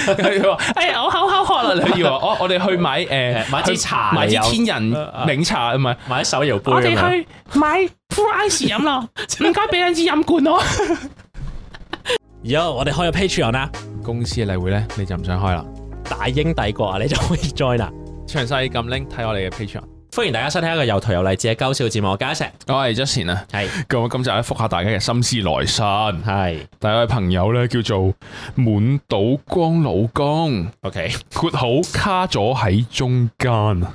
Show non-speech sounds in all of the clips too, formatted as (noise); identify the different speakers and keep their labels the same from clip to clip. Speaker 1: 佢話： (laughs) 哎呀，我口口渴啦！你 (laughs) 以為我我哋去買 (laughs) 誒
Speaker 2: 買支茶
Speaker 1: 買支
Speaker 2: 有
Speaker 1: 天 (laughs) 人茗茶唔係？
Speaker 2: 買手搖杯
Speaker 1: 我
Speaker 2: 咁
Speaker 1: 哋
Speaker 2: 樣。
Speaker 1: 去買 Full Ice 飲啦，唔該俾兩支飲 (laughs) 罐我。
Speaker 2: 有我哋開咗 Patreon 啦，
Speaker 1: 公司嘅例會咧，你就唔想開啦。
Speaker 2: 大英帝國啊，你就可以 (laughs) join 啦。
Speaker 1: 詳細撳 link 睇我哋嘅 Patreon。
Speaker 2: 歡迎大家收聽一個又頹又勵志嘅搞笑節目，我加石
Speaker 1: 我係 Justin 啊，
Speaker 2: 係
Speaker 1: 咁我今集咧覆下大家嘅心思來信。
Speaker 2: 係
Speaker 1: 第一位朋友咧叫做滿島光老公，
Speaker 2: OK
Speaker 1: 括號卡咗喺中間啊，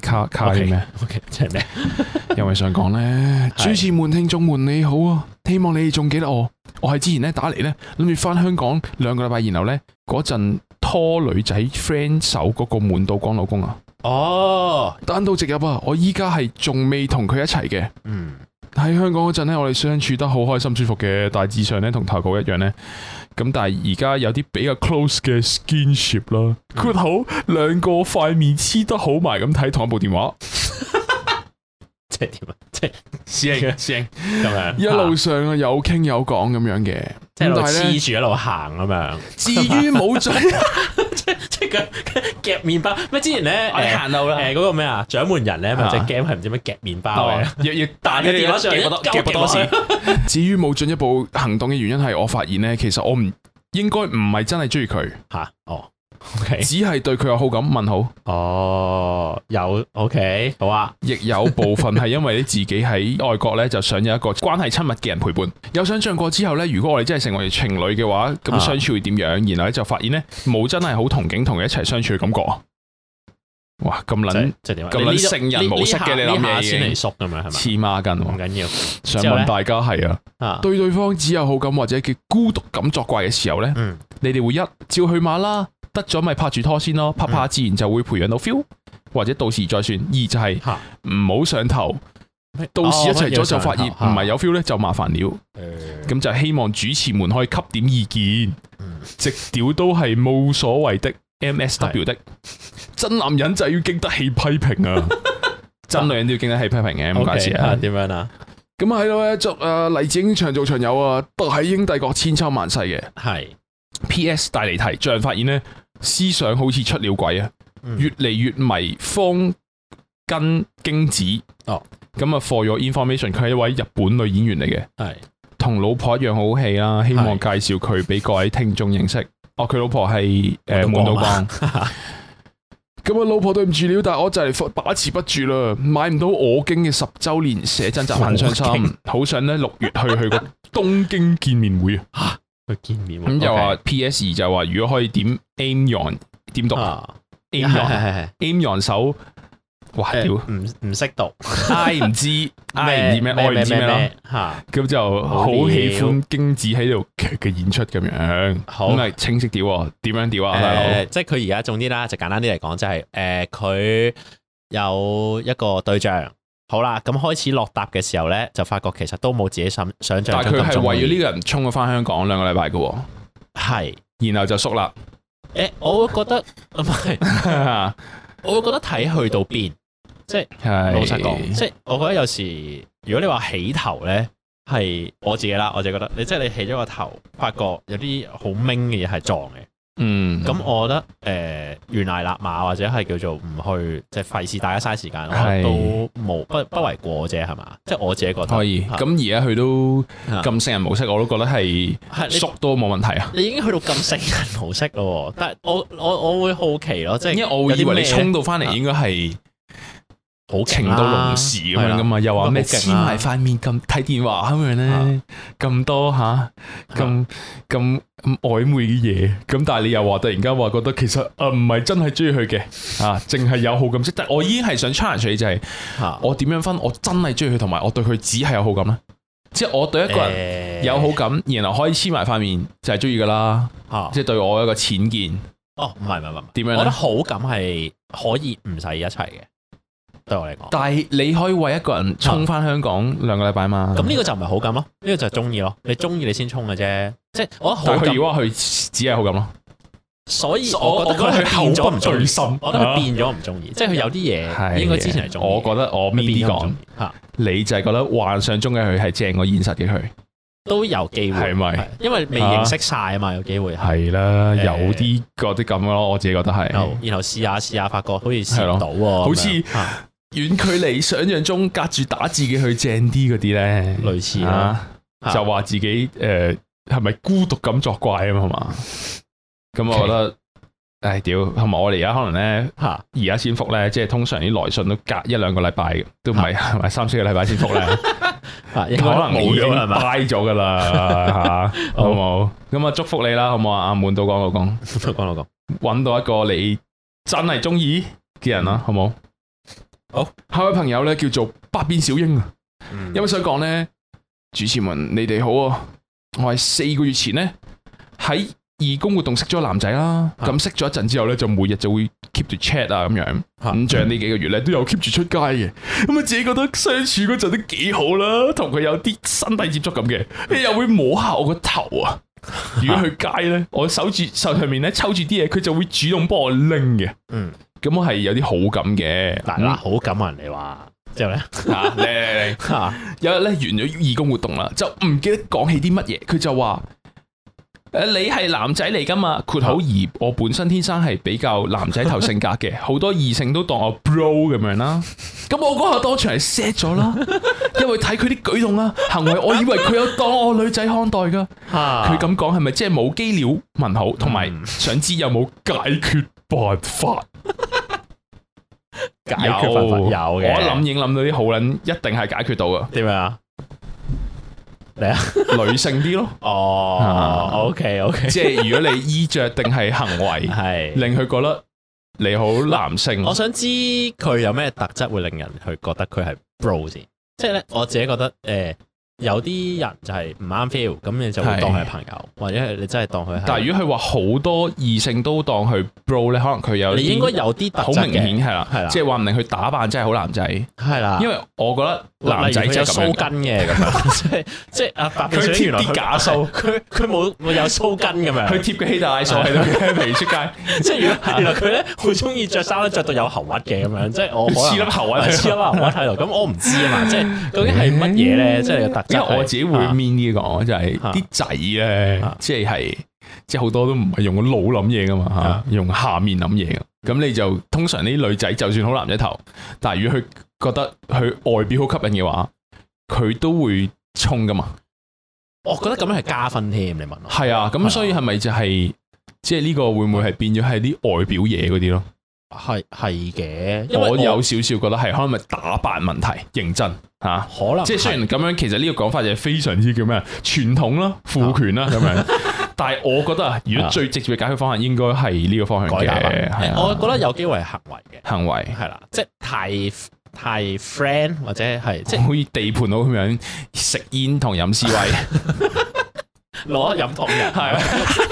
Speaker 1: 卡卡啲咩？
Speaker 2: OK，即係咩？
Speaker 1: 因為想講咧，
Speaker 2: 係
Speaker 1: 主持們、聽眾們你好啊！希望你哋仲記得我。我係之前咧打嚟咧，諗住翻香港兩個禮拜，然後咧嗰陣拖女仔 friend 手嗰個滿島光老公啊，
Speaker 2: 哦，
Speaker 1: 單刀直入啊！我依家係仲未同佢一齊嘅。
Speaker 2: 嗯，
Speaker 1: 喺香港嗰陣咧，我哋相處得好開心舒服嘅，大致上咧同投稿一樣咧。咁但係而家有啲比較 close 嘅 skinship 啦，括好兩個塊面黐得好埋咁睇同一部電話。
Speaker 2: 即係點啊？即係 (laughs)
Speaker 1: 師 (laughs) 兄，師兄，
Speaker 2: 咁樣
Speaker 1: 一路
Speaker 2: 啊
Speaker 1: 上啊有傾有講咁樣嘅。
Speaker 2: 即係一路
Speaker 1: 咁但係呢
Speaker 2: 黐住一路行咁樣，
Speaker 1: 至於冇嘴，
Speaker 2: (laughs) 即係佢佢夾麵包。咩之前咧
Speaker 1: 我哋行路啦
Speaker 2: 誒嗰個咩啊？掌門人咧咪有隻
Speaker 1: 啊
Speaker 2: game 係唔知咩夾麵包嘅。
Speaker 1: 要要
Speaker 2: 彈嘅電話上嚟
Speaker 1: 夾
Speaker 2: 夾過多次。
Speaker 1: (laughs) 至於冇進一步行動嘅原因係，我發現咧，其實我唔應該唔係真係中意佢，
Speaker 2: (laughs) 吓哦，OK，
Speaker 1: 只係對佢有好感。問好，
Speaker 2: 哦，有 OK，好啊，
Speaker 1: 亦有部分係因為你自己喺外國咧，就想有一個關係親密嘅人陪伴。有想象過之後咧，如果我哋真係成為情侶嘅話，咁
Speaker 2: 啊
Speaker 1: 相處會點樣？然後咧就發現咧，冇真係好憧憬同佢一齊相處嘅感覺啊！哇，咁
Speaker 2: 即係
Speaker 1: 撚
Speaker 2: 即係點啊？
Speaker 1: 咁
Speaker 2: 你呢
Speaker 1: 撚聖人模式嘅
Speaker 2: 呢
Speaker 1: 你諗嘢
Speaker 2: 呢下
Speaker 1: 已經
Speaker 2: 先嚟縮咁樣係
Speaker 1: 黐孖筋
Speaker 2: 咪？唔
Speaker 1: 喎，
Speaker 2: 緊要
Speaker 1: 想
Speaker 2: 之後呢
Speaker 1: 問大家係啊？
Speaker 2: 啊，
Speaker 1: 對對方只有好感或者叫孤獨感作怪嘅時候呢，
Speaker 2: 嗯
Speaker 1: 你哋會一照去馬啦，得咗咪拍住拖先
Speaker 2: 嗯
Speaker 1: 咯，拍拍自然就會培養到 feel，或者到時再算。二就係
Speaker 2: 吓，
Speaker 1: 唔好上頭，到
Speaker 2: 哦
Speaker 1: 時一齊咗就發現唔係
Speaker 2: 有啊
Speaker 1: 有 feel 呢，就麻煩了。咁就希望主持們可以給點意見
Speaker 2: 嗯，
Speaker 1: 直屌都係冇所謂的 MSW 的，真男人就要經得起批評
Speaker 2: (laughs)
Speaker 1: 啊！真女人都要經得起批評嘅，唔關事啊。
Speaker 2: 點樣啊？
Speaker 1: 咁啊喺度咧，祝啊黎智英長做長有啊，大英帝國千秋萬世嘅。
Speaker 2: 係
Speaker 1: P.S. 大離題，像發現呢思想好似出了軌啊，
Speaker 2: 嗯
Speaker 1: 越嚟越迷方根京子。
Speaker 2: 哦，
Speaker 1: 咁啊，for your information，佢係一位日本女演員嚟嘅，
Speaker 2: 係
Speaker 1: 同老婆一樣好戲啦。希望
Speaker 2: 係
Speaker 1: 介紹佢俾各位聽眾認識。哦，佢老婆係誒滿島光。咁啊，老婆對唔住了，但係我就嚟把持不住啦，買唔到我京嘅十週年寫真集，很傷
Speaker 2: 我
Speaker 1: 心。好想呢六月去去個 (laughs) 東京見面會啊！
Speaker 2: 佢見面喎
Speaker 1: 咁就
Speaker 2: OK
Speaker 1: 話 P.S. 二就話如果可以點 Aimyon 點讀
Speaker 2: 啊，係 (laughs)
Speaker 1: Aimyon
Speaker 2: 係
Speaker 1: Aimyon 手，哇
Speaker 2: 係
Speaker 1: 屌
Speaker 2: 誒唔唔識讀，
Speaker 1: I 唔知 I 唔知咩
Speaker 2: 咩
Speaker 1: I 唔知咩啦，
Speaker 2: 嚇，
Speaker 1: 咁就好喜歡京子喺度劇嘅演出咁樣，
Speaker 2: 好
Speaker 1: 咁係清晰啲喎，點樣屌啊大佬
Speaker 2: 誒，即係佢而家總之啦，就簡單啲嚟講，就係誒佢有一個對象。好啦，咁開始落搭嘅時候咧，就發覺其實都冇自己想想象
Speaker 1: 但
Speaker 2: 中
Speaker 1: 係佢
Speaker 2: 咁
Speaker 1: 係
Speaker 2: 中
Speaker 1: 為咗呢
Speaker 2: 意。
Speaker 1: 個人衝咗翻香港兩個禮拜嘅喎，
Speaker 2: 係
Speaker 1: 然後就縮
Speaker 2: (laughs)
Speaker 1: 啦，
Speaker 2: 誒，我會覺得 (laughs) 唔係，
Speaker 1: 係
Speaker 2: 我會覺得睇去到邊，即係老實講，即係我覺得有時如果你話起頭咧，係我自己啦，我就覺得你即係你起咗個頭，發覺有啲好明嘅嘢係撞嘅，
Speaker 1: 嗯
Speaker 2: 咁、我覺得誒、呃、懸崖勒馬或者係叫做唔去，即係費事大家嘥時間，我覺
Speaker 1: 係
Speaker 2: 得都冇不不為過啫，係嘛？即係我自己覺得
Speaker 1: 可以，
Speaker 2: 嚇
Speaker 1: 咁而家佢都
Speaker 2: 嚇
Speaker 1: 咁聖人模式，我都覺得係
Speaker 2: 係你
Speaker 1: 縮都冇問題啊。
Speaker 2: 你已經去到咁成人模式咯喎，但係我我我會好奇咯，即係
Speaker 1: 因為我會以為你衝到
Speaker 2: 啊
Speaker 1: 翻嚟應該係
Speaker 2: 好
Speaker 1: 情
Speaker 2: 勁啦
Speaker 1: 到濃時咁樣噶嘛，又話咩黐埋塊面咁睇電話咁樣咧
Speaker 2: 啊，
Speaker 1: 咁多吓，咁咁咁曖昧嘅嘢，咁但係你又話突然間話覺得其實啊唔係真係中意佢嘅，啊淨係有好感即但我已經係想 challenge 你就係
Speaker 2: 嚇
Speaker 1: 我點樣分我真係中意佢同埋我對佢只係有好感咧，即係我對一個人
Speaker 2: 人
Speaker 1: 有好感，然後可以黐埋塊面就係中意噶啦，
Speaker 2: 嚇
Speaker 1: 即係對我一個淺見。
Speaker 2: 哦，唔係唔係唔係，
Speaker 1: 點樣咧
Speaker 2: 我覺得好感係可以唔使一齊嘅，對我嚟講。
Speaker 1: 但係你可以為一個人衝翻香港兩個禮拜嘛？
Speaker 2: 咁呢個就唔係好感咯，呢、個就係中意咯。你中意你先衝嘅啫，即係我覺
Speaker 1: 但
Speaker 2: 得好
Speaker 1: 係佢如
Speaker 2: 感，
Speaker 1: 果佢只係好感咯，
Speaker 2: 所以
Speaker 1: 我
Speaker 2: 我覺得
Speaker 1: 我覺得佢
Speaker 2: 佢變咗唔
Speaker 1: 口
Speaker 2: 中
Speaker 1: 不對
Speaker 2: 意
Speaker 1: 心
Speaker 2: 我覺得佢變咗唔中意，即係佢有啲嘢應該之前係中意嘅。
Speaker 1: 我覺得我
Speaker 2: 佢
Speaker 1: 面
Speaker 2: 變
Speaker 1: 啲
Speaker 2: 咗唔中
Speaker 1: 講
Speaker 2: 意，嚇
Speaker 1: 你就係覺得幻想中嘅佢係正過現實嘅佢，
Speaker 2: 都有機會，
Speaker 1: 係咪
Speaker 2: 係因為未認識晒啊嘛，有機會係。
Speaker 1: 係啦，
Speaker 2: 誒
Speaker 1: 有啲嗰啲咁咯，我自己覺得係。
Speaker 2: 然後然後試下試下，發覺好似試唔
Speaker 1: 係咯
Speaker 2: 到喎，
Speaker 1: 好似
Speaker 2: 咁樣啊
Speaker 1: 遠距離想像中隔住打字嘅去正啲嗰啲咧，
Speaker 2: 類似啦，
Speaker 1: 啊，就話自己誒係咪孤獨咁作怪啊嘛，係嘛？咁我覺得，唉屌，同埋我哋而家可能咧，
Speaker 2: 嚇
Speaker 1: 而家先覆咧，即係通常啲來信都隔一兩個禮拜嘅，都唔係係咪三四個禮拜先覆咧？
Speaker 2: (laughs) 嚇，應
Speaker 1: 可
Speaker 2: 該
Speaker 1: 能
Speaker 2: 冇
Speaker 1: 已經
Speaker 2: 咗啦係嘛？
Speaker 1: 掰咗噶
Speaker 2: (laughs)
Speaker 1: 啦吓，好冇？咁啊，祝福你啦，好冇啊？阿滿到講老公，
Speaker 2: 講講講，
Speaker 1: 揾到一個你真係中意嘅人啦，好冇？
Speaker 2: 好，
Speaker 1: 下一位朋友咧叫做百變小英啊，
Speaker 2: 嗯
Speaker 1: 有乜想講呢？主持們，你哋好啊！我係四個月前呢，喺義工活動識咗個男仔啦，
Speaker 2: 啊
Speaker 1: 咁識咗一陣之後呢，就每日就會 keep 住 chat 啊咁樣。
Speaker 2: 嚇
Speaker 1: 咁像呢幾個月咧都有 keep 住出街嘅，咁啊自己覺得相處嗰陣都幾好啦，同佢有啲身體接觸咁嘅，又會摸下我個頭啊。如果去街咧，我手住手上面咧抽住啲嘢，佢就會主動幫我拎嘅。
Speaker 2: 嗯，
Speaker 1: 咁我係有啲好感嘅。
Speaker 2: 嗱嗱，好感啊人你話之後咧
Speaker 1: 嗯啊嚟嚟嚟，
Speaker 2: 嚇
Speaker 1: 有日咧完咗義工活動啦，就唔記得講起啲乜嘢，佢就話：誒你係男仔嚟噶嘛？括號而我本身天生係比較男仔頭性格
Speaker 2: (laughs)
Speaker 1: 嘅，好多異性都當我 bro 咁樣啦。咁我嗰下當場係 set 咗
Speaker 2: (laughs)
Speaker 1: 啦，因為睇佢啲舉動啦、行為，我以為佢有當我女仔看待噶。
Speaker 2: 嚇
Speaker 1: 佢咁講係咪即係冇機料問號，同埋
Speaker 2: 嗯
Speaker 1: 想知有冇解決辦法？
Speaker 2: 解決辦法有嘅，
Speaker 1: 我一諗已經諗到啲好撚，一定係解決到
Speaker 2: (laughs)
Speaker 1: 噶，
Speaker 2: 點樣啊？嚟啊！
Speaker 1: 女性啲咯。
Speaker 2: 哦，OK
Speaker 1: 啊 (laughs)
Speaker 2: OK，
Speaker 1: 即係如果你衣着定係行為，
Speaker 2: 係。
Speaker 1: 令佢覺得你好男性，
Speaker 2: 我想知佢有咩特質會令人去覺得佢係 bro 先，即係咧我自己覺得誒、呃有啲人就係唔啱 feel，咁你就會
Speaker 1: 係
Speaker 2: 當佢係朋友，或者係你真係當佢係。
Speaker 1: 但係
Speaker 2: 係
Speaker 1: 如果佢話好多異性都當佢 bro 咧，可能佢有
Speaker 2: 你
Speaker 1: 啲
Speaker 2: 應該有啲特
Speaker 1: 好
Speaker 2: 質
Speaker 1: 明顯
Speaker 2: 嘅，
Speaker 1: 係啦，
Speaker 2: 係啦啊
Speaker 1: 即係話唔定佢打扮真係好男仔，
Speaker 2: 係啦，
Speaker 1: 因
Speaker 2: 為
Speaker 1: 為我覺得男仔
Speaker 2: 有
Speaker 1: 就係
Speaker 2: 鬚
Speaker 1: 咁樣，
Speaker 2: 根嘅咁樣， (laughs) 即係即係啊，白皮
Speaker 1: 佢
Speaker 2: 水
Speaker 1: 貼
Speaker 2: 原來
Speaker 1: 啲
Speaker 2: 佢
Speaker 1: 假鬚，
Speaker 2: 佢佢冇冇有鬚根咁
Speaker 1: 佢
Speaker 2: 樣，
Speaker 1: 貼嘅希大鎖喺度
Speaker 2: 啊
Speaker 1: 嘅， (laughs) 譬如出街
Speaker 2: 即係原來原來佢咧好中意着衫咧着到有喉核嘅咁樣，即係我可能
Speaker 1: 黐粒頭啊，
Speaker 2: 黐啦，我睇到，咁我唔知啊嘛，即係究竟係乜嘢咧？即係你嘅特質
Speaker 1: 嗯因
Speaker 2: 係。
Speaker 1: 為我自己會 mean 啲講，就係
Speaker 2: 啊
Speaker 1: 啲仔咧
Speaker 2: 啊，
Speaker 1: 即係係即係好多都唔係用個腦諗嘢噶嘛
Speaker 2: 啊
Speaker 1: 嚇，用下面諗嘢噶。咁你就通常啲女仔就算好男仔頭，但係如果佢覺得佢外表好吸引嘅話，佢都會衝噶嘛。
Speaker 2: 我覺得咁樣係加分添，你問我。
Speaker 1: 係啊，
Speaker 2: 係
Speaker 1: 咁
Speaker 2: 啊
Speaker 1: 所以係咪就係即係呢個會唔會係變咗係啲外表嘢嗰啲咯？
Speaker 2: 係係嘅，因為
Speaker 1: 我有少少覺得係可能咪打扮問題，認真嚇。啊
Speaker 2: 可能
Speaker 1: 即係雖然咁樣，其實呢個講法就係非常之叫咩啊傳統啦、父權啦咁樣。 (laughs) 但係我覺得啊，如果最直接嘅解決方案應該係呢個方向
Speaker 2: 改
Speaker 1: 嘅，
Speaker 2: 革啦
Speaker 1: 係，啊
Speaker 2: 我覺得有機會係行為嘅，
Speaker 1: 行為
Speaker 2: 係啦，即係太太 friend 或者係即係
Speaker 1: 好似地盤佬咁樣食煙同飲思維，
Speaker 2: 攞飲筒嘅，係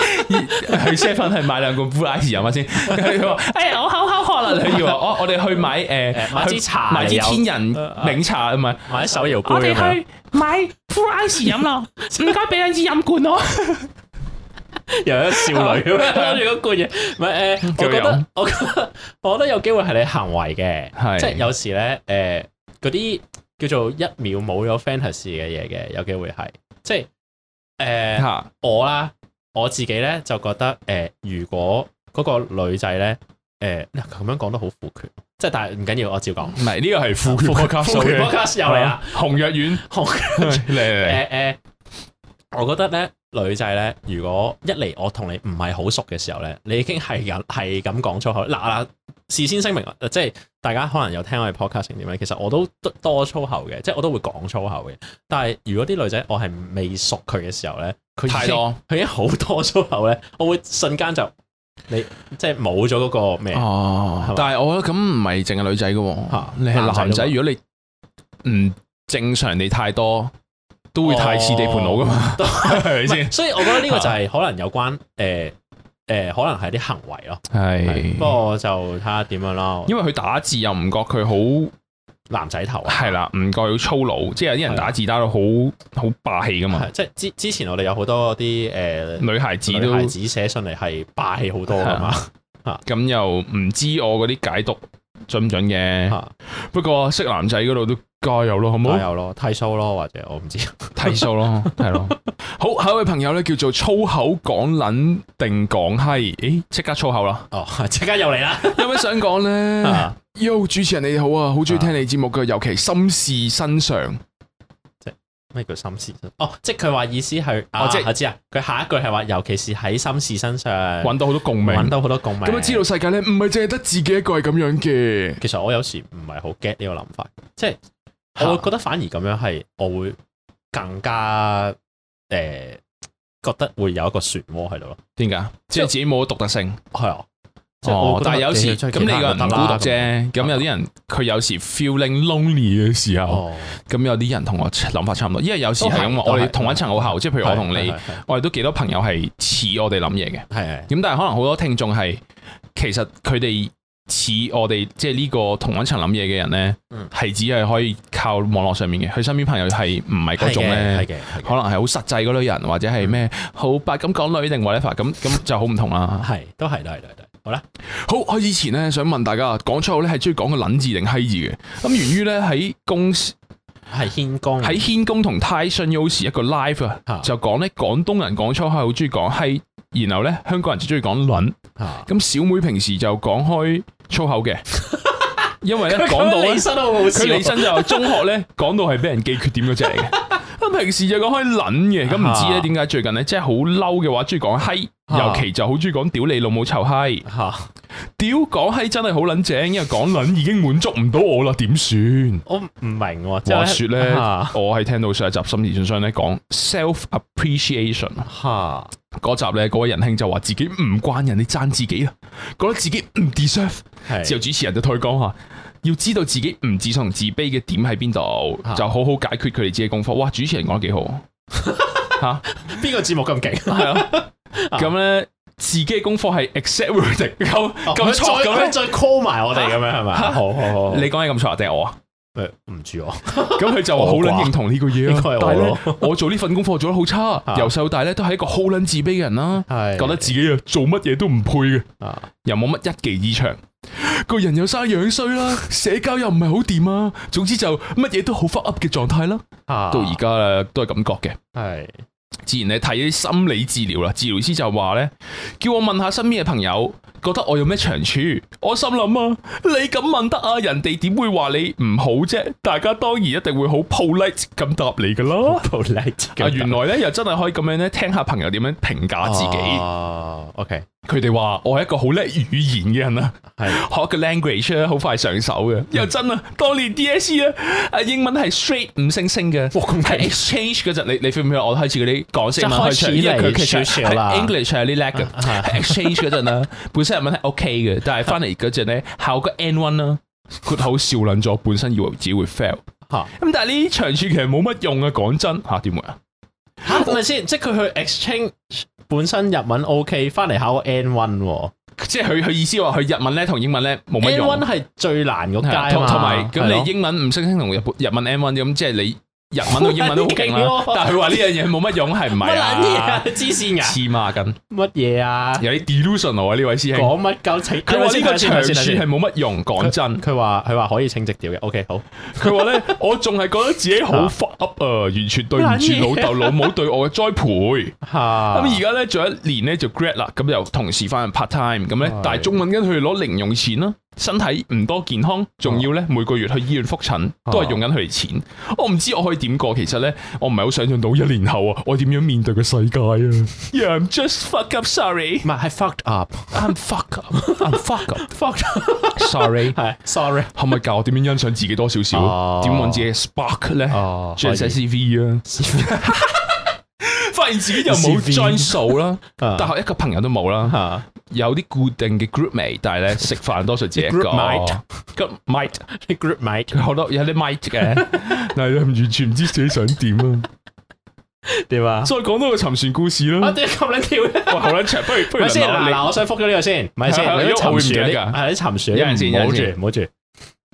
Speaker 1: (laughs) 去 seven 係買兩個 blue ice 飲下 (laughs) 先。佢話：哎呀，我口口渴啦！佢要話：我我哋去買誒
Speaker 2: 誒買支茶
Speaker 1: 買支
Speaker 2: 嚟
Speaker 1: 天
Speaker 2: 飲
Speaker 1: 人檸茶啊唔係，
Speaker 2: 或者手搖杯咁樣，
Speaker 1: 買 blue ice 飲啦，唔該俾兩支飲管我。
Speaker 2: 又 (laughs) 有一少女咁樣攞啊住嗰罐嘢，唔係 (laughs) 誒，我覺
Speaker 1: 叫飲
Speaker 2: 得我覺得 (laughs) 我覺得有機會係你行為嘅，
Speaker 1: 係
Speaker 2: 即係有時咧誒嗰啲叫做一秒冇咗 fantasy 嘅嘢嘅，有機會係即係誒。
Speaker 1: (laughs) 嚇
Speaker 2: 我啦，我自己咧就覺得誒、呃如果嗰個女仔咧誒咁樣講都好負權，即係但係唔緊要，我照 (laughs) 講。
Speaker 1: 唔係呢個係父權
Speaker 2: 負
Speaker 1: podcast
Speaker 2: 權
Speaker 1: OK
Speaker 2: podcast 又嚟啊啦，，
Speaker 1: 紅藥丸。
Speaker 2: 好
Speaker 1: (laughs) 嚟
Speaker 2: 誒
Speaker 1: 嚟
Speaker 2: 誒，我覺得咧女仔咧，如果一嚟我同你唔係好熟嘅時候咧，你已經係咁係咁講粗口嗱嗱。事先聲明，呃即係大家可能有聽我哋 podcast 定點咧，其實我都多多粗口嘅，即係我都會講粗口嘅。但係如果啲女仔我係未熟佢嘅時候咧，佢
Speaker 1: 嚟，
Speaker 2: 已
Speaker 1: 太
Speaker 2: 經
Speaker 1: 多
Speaker 2: 佢已經好多粗口咧，我會瞬間就你即係冇咗嗰個咩係
Speaker 1: 哦
Speaker 2: 嘛
Speaker 1: 但係我覺得咁唔係淨係女仔嘅喎
Speaker 2: 嚇，
Speaker 1: 你係男
Speaker 2: 男仔
Speaker 1: 仔，
Speaker 2: 㗎嘛
Speaker 1: 如果你唔正常你太多，都會太似地盤佬噶嘛，
Speaker 2: 都
Speaker 1: (laughs) 係咪先？
Speaker 2: 所以我覺得呢個
Speaker 1: 啊
Speaker 2: 就係可能有關誒誒，可能係啲行為咯。不
Speaker 1: 係，
Speaker 2: 過我就睇下點樣咯。
Speaker 1: 因為佢打字又唔覺佢好
Speaker 2: 男仔頭啊，
Speaker 1: 係啦，唔覺佢粗魯，即係有啲人
Speaker 2: 係
Speaker 1: 打字打到好好霸氣噶嘛
Speaker 2: 係，即係之之前我哋有好多啲誒
Speaker 1: 女孩子
Speaker 2: 女
Speaker 1: 啊都
Speaker 2: 孩子寫上嚟係霸氣好多噶嘛。
Speaker 1: 咁又唔知我嗰啲解讀準唔準嘅。
Speaker 2: 嚇
Speaker 1: 不過識男仔嗰度都加油咯，好唔好
Speaker 2: 加？油咯，剃須咯，或者我唔知， (laughs)
Speaker 1: 睇數 (laughs) 咯，係咯。好，下一位朋友咧叫做粗口講撚定講閪，咦，即刻粗口
Speaker 2: (laughs)
Speaker 1: 啦！
Speaker 2: 哦，即刻又嚟啦，
Speaker 1: 有咩想講咧
Speaker 2: 啊
Speaker 1: ？Yo，主持人你好啊，好中意聽你節目嘅，尤其心事身上。
Speaker 2: 啊咩叫心事？哦，即係佢話意思係，
Speaker 1: 哦
Speaker 2: 哦，
Speaker 1: 即
Speaker 2: 即
Speaker 1: 係
Speaker 2: 我知啊，佢下一句係話，尤其是喺心事身上
Speaker 1: 揾到好多共
Speaker 2: 揾
Speaker 1: 鳴。
Speaker 2: 到好多共鳴。
Speaker 1: 咁啊，知道世界咧唔係淨係得自己一個係咁樣嘅。
Speaker 2: 其實我有時唔係好 get 呢個諗法，即係
Speaker 1: 嚇
Speaker 2: 我會覺得反而咁樣係我會更加誒、呃、覺得會有一個漩渦喺度咯。
Speaker 1: 點解？即係自己冇咗獨特性。
Speaker 2: 係啊，即係我
Speaker 1: 哦
Speaker 2: 會，覺得
Speaker 1: 但係有時
Speaker 2: 其實
Speaker 1: 咁
Speaker 2: 其他
Speaker 1: 你個人
Speaker 2: 人就
Speaker 1: 唔
Speaker 2: 得
Speaker 1: 孤
Speaker 2: 啦
Speaker 1: 獨。啫。咁有啲人佢有時 feeling lonely 嘅時
Speaker 2: 咁
Speaker 1: 候，
Speaker 2: 哦，
Speaker 1: 咁有啲人同我諗法差唔多，因為有時
Speaker 2: 都係
Speaker 1: 係咁話，
Speaker 2: 都係
Speaker 1: 我哋同一層好後，即係譬如我同你
Speaker 2: 係，係
Speaker 1: 我哋都幾多朋友係似我哋諗嘢嘅。
Speaker 2: 係係
Speaker 1: 咁但係可能好多聽眾係其實佢哋似我哋即係呢個同一層諗嘢嘅人咧
Speaker 2: 嗯，
Speaker 1: 係只係可以靠網絡上面嘅，佢身邊朋友係唔係嗰種
Speaker 2: 係
Speaker 1: 咧
Speaker 2: 嗯嘅，係？嘅係
Speaker 1: 可
Speaker 2: 嘅，
Speaker 1: 能係好實際嗰類人，或者係咩好白咁講女定 whatever 咁咁就好唔同啦。
Speaker 2: (laughs) 係都係都係都係都係。好啦，
Speaker 1: 好，我以前咧想問大家，啊講粗口咧係中意講個撚字定閪字嘅？咁源於咧喺公司
Speaker 2: 係軒公
Speaker 1: 喺軒公同 Tyson Yoshi 一個 live 啊
Speaker 2: 啊，
Speaker 1: 就講咧廣東人講粗口好中意講閪，然後咧香港人就中意講撚。
Speaker 2: (laughs) 嚇
Speaker 1: 咁小妹平時就講開粗口嘅，因為咧講到
Speaker 2: 咁樣
Speaker 1: 咧
Speaker 2: 理。身好好
Speaker 1: 佢
Speaker 2: 笑
Speaker 1: 理身就中學咧講到係俾人記缺點嗰只嚟嘅，咁平時就講開撚嘅，咁唔知咧點解最近咧即係好嬲嘅話，中意講閪，
Speaker 2: 啊
Speaker 1: 尤其就好中意講屌你老母臭閪。
Speaker 2: 嚇，
Speaker 1: 屌講閪真係好撚正，因為講撚已經滿足唔到我啦，點算？
Speaker 2: 我唔明喎。即係啊
Speaker 1: 話説咧
Speaker 2: 嚇，
Speaker 1: 我係聽到上一集心事信箱咧講 self appreciation
Speaker 2: 嚇
Speaker 1: 嗰集咧，嗰位仁兄就話自己唔慣人哋讚自己啊，覺得自己唔 deserve。之後
Speaker 2: 係
Speaker 1: 主持人就同佢講話，啊要知道自己唔自信同自卑嘅點喺邊度，
Speaker 2: 啊
Speaker 1: 就好好解決佢哋自己嘅功課。哇！主持人講得幾好嚇，
Speaker 2: 邊個節目咁勁？
Speaker 1: 係啊， (laughs) 咁咧自己嘅功課係 accept wording 咁咁錯咁
Speaker 2: 樣
Speaker 1: 咧，
Speaker 2: 哦再 call 埋我哋咁樣係咪？
Speaker 1: 嚇
Speaker 2: 好好好，
Speaker 1: 你講嘢咁錯定係我啊？
Speaker 2: 誒唔知我
Speaker 1: 咁佢就話好撚認同呢個嘢
Speaker 2: 應該
Speaker 1: 啦
Speaker 2: 係。我
Speaker 1: 但係咧
Speaker 2: 咯，
Speaker 1: 我做呢份功課做得好差，
Speaker 2: 啊
Speaker 1: 由細到大咧都係一個好撚自卑嘅人啦，
Speaker 2: 係
Speaker 1: 覺得自己啊做乜嘢都唔配嘅，
Speaker 2: 啊
Speaker 1: 又冇乜一技之長。個人又生樣衰啦，社交又唔係好掂啊，總之就乜嘢都好 fuck up 嘅狀態啦。
Speaker 2: 啊
Speaker 1: 到而家咧都係咁覺嘅。
Speaker 2: 係
Speaker 1: 自然你睇心理治療啦，治療師就話咧，叫我問下身邊嘅朋友，覺得我有咩長處？我心諗啊，你咁問得啊，人哋點會話你唔好啫？大家當然一定會好 polite 咁答你噶啦。
Speaker 2: polite
Speaker 1: 啊，原來咧又真係可以咁樣咧，聽下朋友點樣評價自己。
Speaker 2: 哦，OK
Speaker 1: 佢哋話我係一個好叻語言嘅人啊，
Speaker 2: 係
Speaker 1: 學嘅 language 咧好快上手嘅，又真啊！當年 DSE 啊，啊英文係 straight 五星星嘅，喺 exchange 嗰陣，你你 feel 唔 feel 我開始嗰啲港式文
Speaker 2: 即係
Speaker 1: 開
Speaker 2: 開始
Speaker 1: 始，因為佢
Speaker 2: 嚟
Speaker 1: 其實
Speaker 2: 少少啦啊
Speaker 1: 係 English 啊係有啲叻嘅，喺 exchange 嗰陣
Speaker 2: (laughs)
Speaker 1: 啦，本身日文係 OK 嘅，但係翻嚟嗰陣咧考個 N one 啦，括好笑撚咗，本身以為自己會 fail，
Speaker 2: 嚇
Speaker 1: 咁但係呢啲長處其實冇乜用啊，講真嚇點會啊？
Speaker 2: 嚇咪先，即係佢去 exchange 本身日文 OK，翻嚟考個 N one 喎
Speaker 1: 即係佢佢意思話佢日文咧同英文咧冇乜
Speaker 2: ，N
Speaker 1: 用
Speaker 2: one。係最難嗰
Speaker 1: 係啊
Speaker 2: 階
Speaker 1: 同
Speaker 2: 嘛
Speaker 1: 同埋
Speaker 2: 係
Speaker 1: 咁
Speaker 2: 咯
Speaker 1: 你英文五星星同日本日文 M one 咁，即係你日文到英文都好
Speaker 2: (laughs)
Speaker 1: 勁啦
Speaker 2: 好勁喎。
Speaker 1: 但係佢話呢樣嘢冇乜用，係唔
Speaker 2: 啊乜
Speaker 1: 係
Speaker 2: 撚嘢啊
Speaker 1: 啊？？
Speaker 2: 黐線㗎，
Speaker 1: 黐孖筋，
Speaker 2: 乜嘢啊？
Speaker 1: 有啲 delusional 啊！呢位師兄，
Speaker 2: 講乜鳩情？
Speaker 1: 佢話呢個長
Speaker 2: 等陣
Speaker 1: 處
Speaker 2: 先等陣先
Speaker 1: 係冇乜用。講真，
Speaker 2: 佢話佢話可以清直調嘅，OK 好。
Speaker 1: 佢話咧，我仲係覺得自己好 fuck up 啊，完全對唔
Speaker 2: 啊
Speaker 1: 住老豆老母對我嘅栽培。
Speaker 2: 嚇
Speaker 1: 咁而家咧，做一年咧就 grad 啦，咁又同時翻去 part time 咁咧
Speaker 2: 係，
Speaker 1: 但係中文跟佢哋攞零用錢啦，身體唔多健康，仲要咧每個月去醫院復診，都係用緊佢哋錢。我唔知我可以點過，其實咧我唔係好想象到一年後啊，我點樣面對個世 (laughs) 界啊 Yeah, I'm just fuck up, sorry.
Speaker 2: 唔係係 fucked up，fucked
Speaker 1: I'm fuck up, I'm fuck up,
Speaker 2: up
Speaker 1: sorry。
Speaker 2: (laughs) 係 sorry。
Speaker 1: 可唔可以教我點樣欣賞自己多少少？
Speaker 2: 哦
Speaker 1: 點揾自己嘅 spark 咧
Speaker 2: 哦
Speaker 1: ？join
Speaker 2: 可以
Speaker 1: CV 啊！ (laughs) 發現自己又冇
Speaker 2: CV
Speaker 1: join 數啦，
Speaker 2: 啊
Speaker 1: 大學一個朋友都冇啦。
Speaker 2: 嚇
Speaker 1: 有啲固定嘅 group mate，但係咧食飯多數自己一個。
Speaker 2: Group mate
Speaker 1: group mate，
Speaker 2: 啲 group mate
Speaker 1: 佢好多有啲 mate 嘅， (laughs) 但係完全唔知自己想點啊！
Speaker 2: 點啊？
Speaker 1: 再講多個沉船故事
Speaker 2: 我
Speaker 1: 啦，
Speaker 2: 點解咁撚跳咧？
Speaker 1: 喂，好撚長，不如不如
Speaker 2: 咪先
Speaker 1: 輪
Speaker 2: 嗱
Speaker 1: 流
Speaker 2: 嗱，我想覆咗呢個先，咪先，
Speaker 1: 係係
Speaker 2: 你啲
Speaker 1: 因為我會唔
Speaker 2: 沉
Speaker 1: 記得
Speaker 2: 船
Speaker 1: 㗎
Speaker 2: 啲係啲沉船，
Speaker 1: 有人先有
Speaker 2: 唔
Speaker 1: 人
Speaker 2: 好
Speaker 1: 先
Speaker 2: 住唔好住。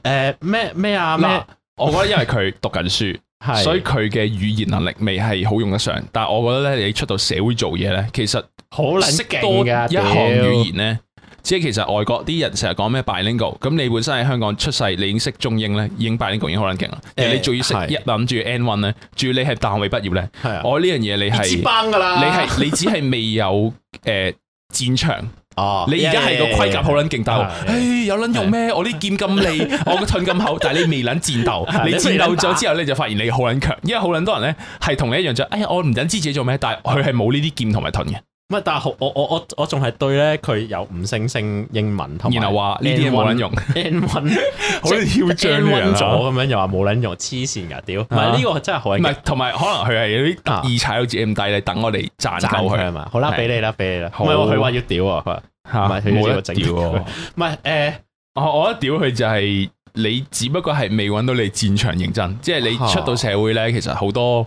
Speaker 2: 誒咩咩啊
Speaker 1: 你嗱
Speaker 2: 咩？，
Speaker 1: 我覺得因為佢讀緊書，
Speaker 2: 係
Speaker 1: 所以佢嘅語言能力未係好用得上。但係我覺得咧，你出到社會做嘢咧，其實
Speaker 2: 好撚
Speaker 1: 識
Speaker 2: 勁
Speaker 1: 多一
Speaker 2: 㗎，
Speaker 1: 項語言咧，即係其實外國啲人成日講咩 bilingual，咁你本身喺香港出世，你已經識中英咧，已經 bilingual 已經好撚勁啦。
Speaker 2: 誒
Speaker 1: 你仲要識
Speaker 2: 係
Speaker 1: 一諗住 N one 咧，仲要你係大學畢業咧，
Speaker 2: 係啊，
Speaker 1: 我呢樣嘢你係
Speaker 2: 接班噶
Speaker 1: 你
Speaker 2: 啦，
Speaker 1: 係你只係未有誒戰場。
Speaker 2: 哦，
Speaker 1: 你而家係個盔甲好撚勁鬥，
Speaker 2: 係
Speaker 1: 唉有撚用咩？我啲劍咁利，我個盾咁厚，但係你未撚戰鬥，
Speaker 2: 係
Speaker 1: 你
Speaker 2: 你
Speaker 1: 戰鬥
Speaker 2: 未撚打
Speaker 1: 咗之後咧就發現你好撚強，因為好撚多人咧係同你一樣就，哎呀我唔撚知自己做咩，但係佢係冇呢啲劍同埋盾嘅，
Speaker 2: 唔係，但係好我我我我仲係對咧佢有五星星英文同埋
Speaker 1: 然後話呢啲嘢冇撚
Speaker 2: (laughs)
Speaker 1: 用，
Speaker 2: N one
Speaker 1: (laughs)
Speaker 2: (laughs)
Speaker 1: 好似囂張嘅
Speaker 2: N
Speaker 1: 人
Speaker 2: one 咗
Speaker 1: 啊
Speaker 2: 咁樣又話冇撚用，黐線㗎屌！唔係呢個真係好
Speaker 1: 唔
Speaker 2: 撚
Speaker 1: 係同埋可能佢係有啲
Speaker 2: 啊
Speaker 1: 特意踩到自己咁低咧，等我哋賺
Speaker 2: 讚
Speaker 1: 夠
Speaker 2: 佢
Speaker 1: 佢
Speaker 2: 係嘛？好啦，
Speaker 1: 係
Speaker 2: 俾你啦，俾你啦。
Speaker 1: 好
Speaker 2: 唔係喎佢話要屌啊，佢話
Speaker 1: 嚇
Speaker 2: 唔係佢
Speaker 1: 冇
Speaker 2: 要
Speaker 1: 得
Speaker 2: 整
Speaker 1: 屌
Speaker 2: (laughs)
Speaker 1: 喎！
Speaker 2: 唔係誒
Speaker 1: 我我覺得屌佢就係你，只不過係未揾到你戰場認真，即係你
Speaker 2: 啊
Speaker 1: 出到社會咧，其實好多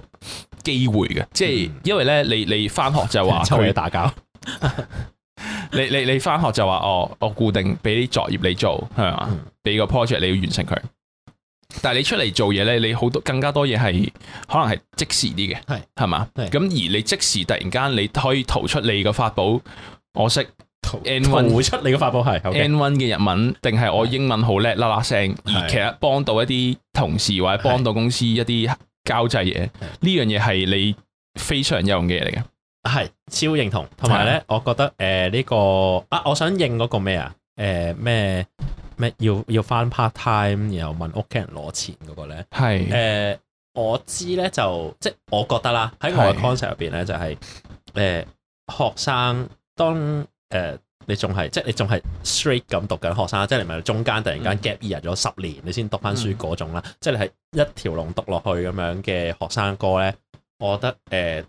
Speaker 1: 機會嘅，即係
Speaker 2: 嗯
Speaker 1: 因為咧，你你翻學就話
Speaker 2: (laughs) 抽你
Speaker 1: 佢，
Speaker 2: 打交，
Speaker 1: 你你你翻學就話哦，我固定俾啲作業你做，係嘛
Speaker 2: 嗯，
Speaker 1: 俾個 project 你要完成佢。但係你出嚟做嘢咧，你好多更加多嘢係可能係即時啲嘅，
Speaker 2: 係
Speaker 1: 係嘛？
Speaker 2: 係
Speaker 1: 咁而你即時突然間你可以逃出你個法寶，我識 N
Speaker 2: 逃
Speaker 1: one
Speaker 2: 出你個發布係 OK，
Speaker 1: N1 嘅日文，定係我英文好叻啦啦聲，而
Speaker 2: 係
Speaker 1: 其實幫到一啲同事或者幫到公司一啲交際嘢，呢樣嘢係你非常有用嘅嘢嚟嘅。
Speaker 2: 係超認同。同埋咧，我覺得誒呢個啊，我想應嗰個咩啊誒咩咩要要翻 part time，然後問屋企人攞錢嗰個咧。誒、
Speaker 1: 係
Speaker 2: 呃我知咧就即係我覺得啦，喺我嘅
Speaker 1: 係
Speaker 2: concept 入邊咧就係、誒、學生當誒、你仲係即係你仲係 straight 咁讀緊學生，即係你咪中間突然
Speaker 1: 嗯
Speaker 2: 間 gap year 咗十年，你先讀翻書嗰種啦，即係你係一條龍讀落去咁樣嘅學生哥咧，我覺得誒、呃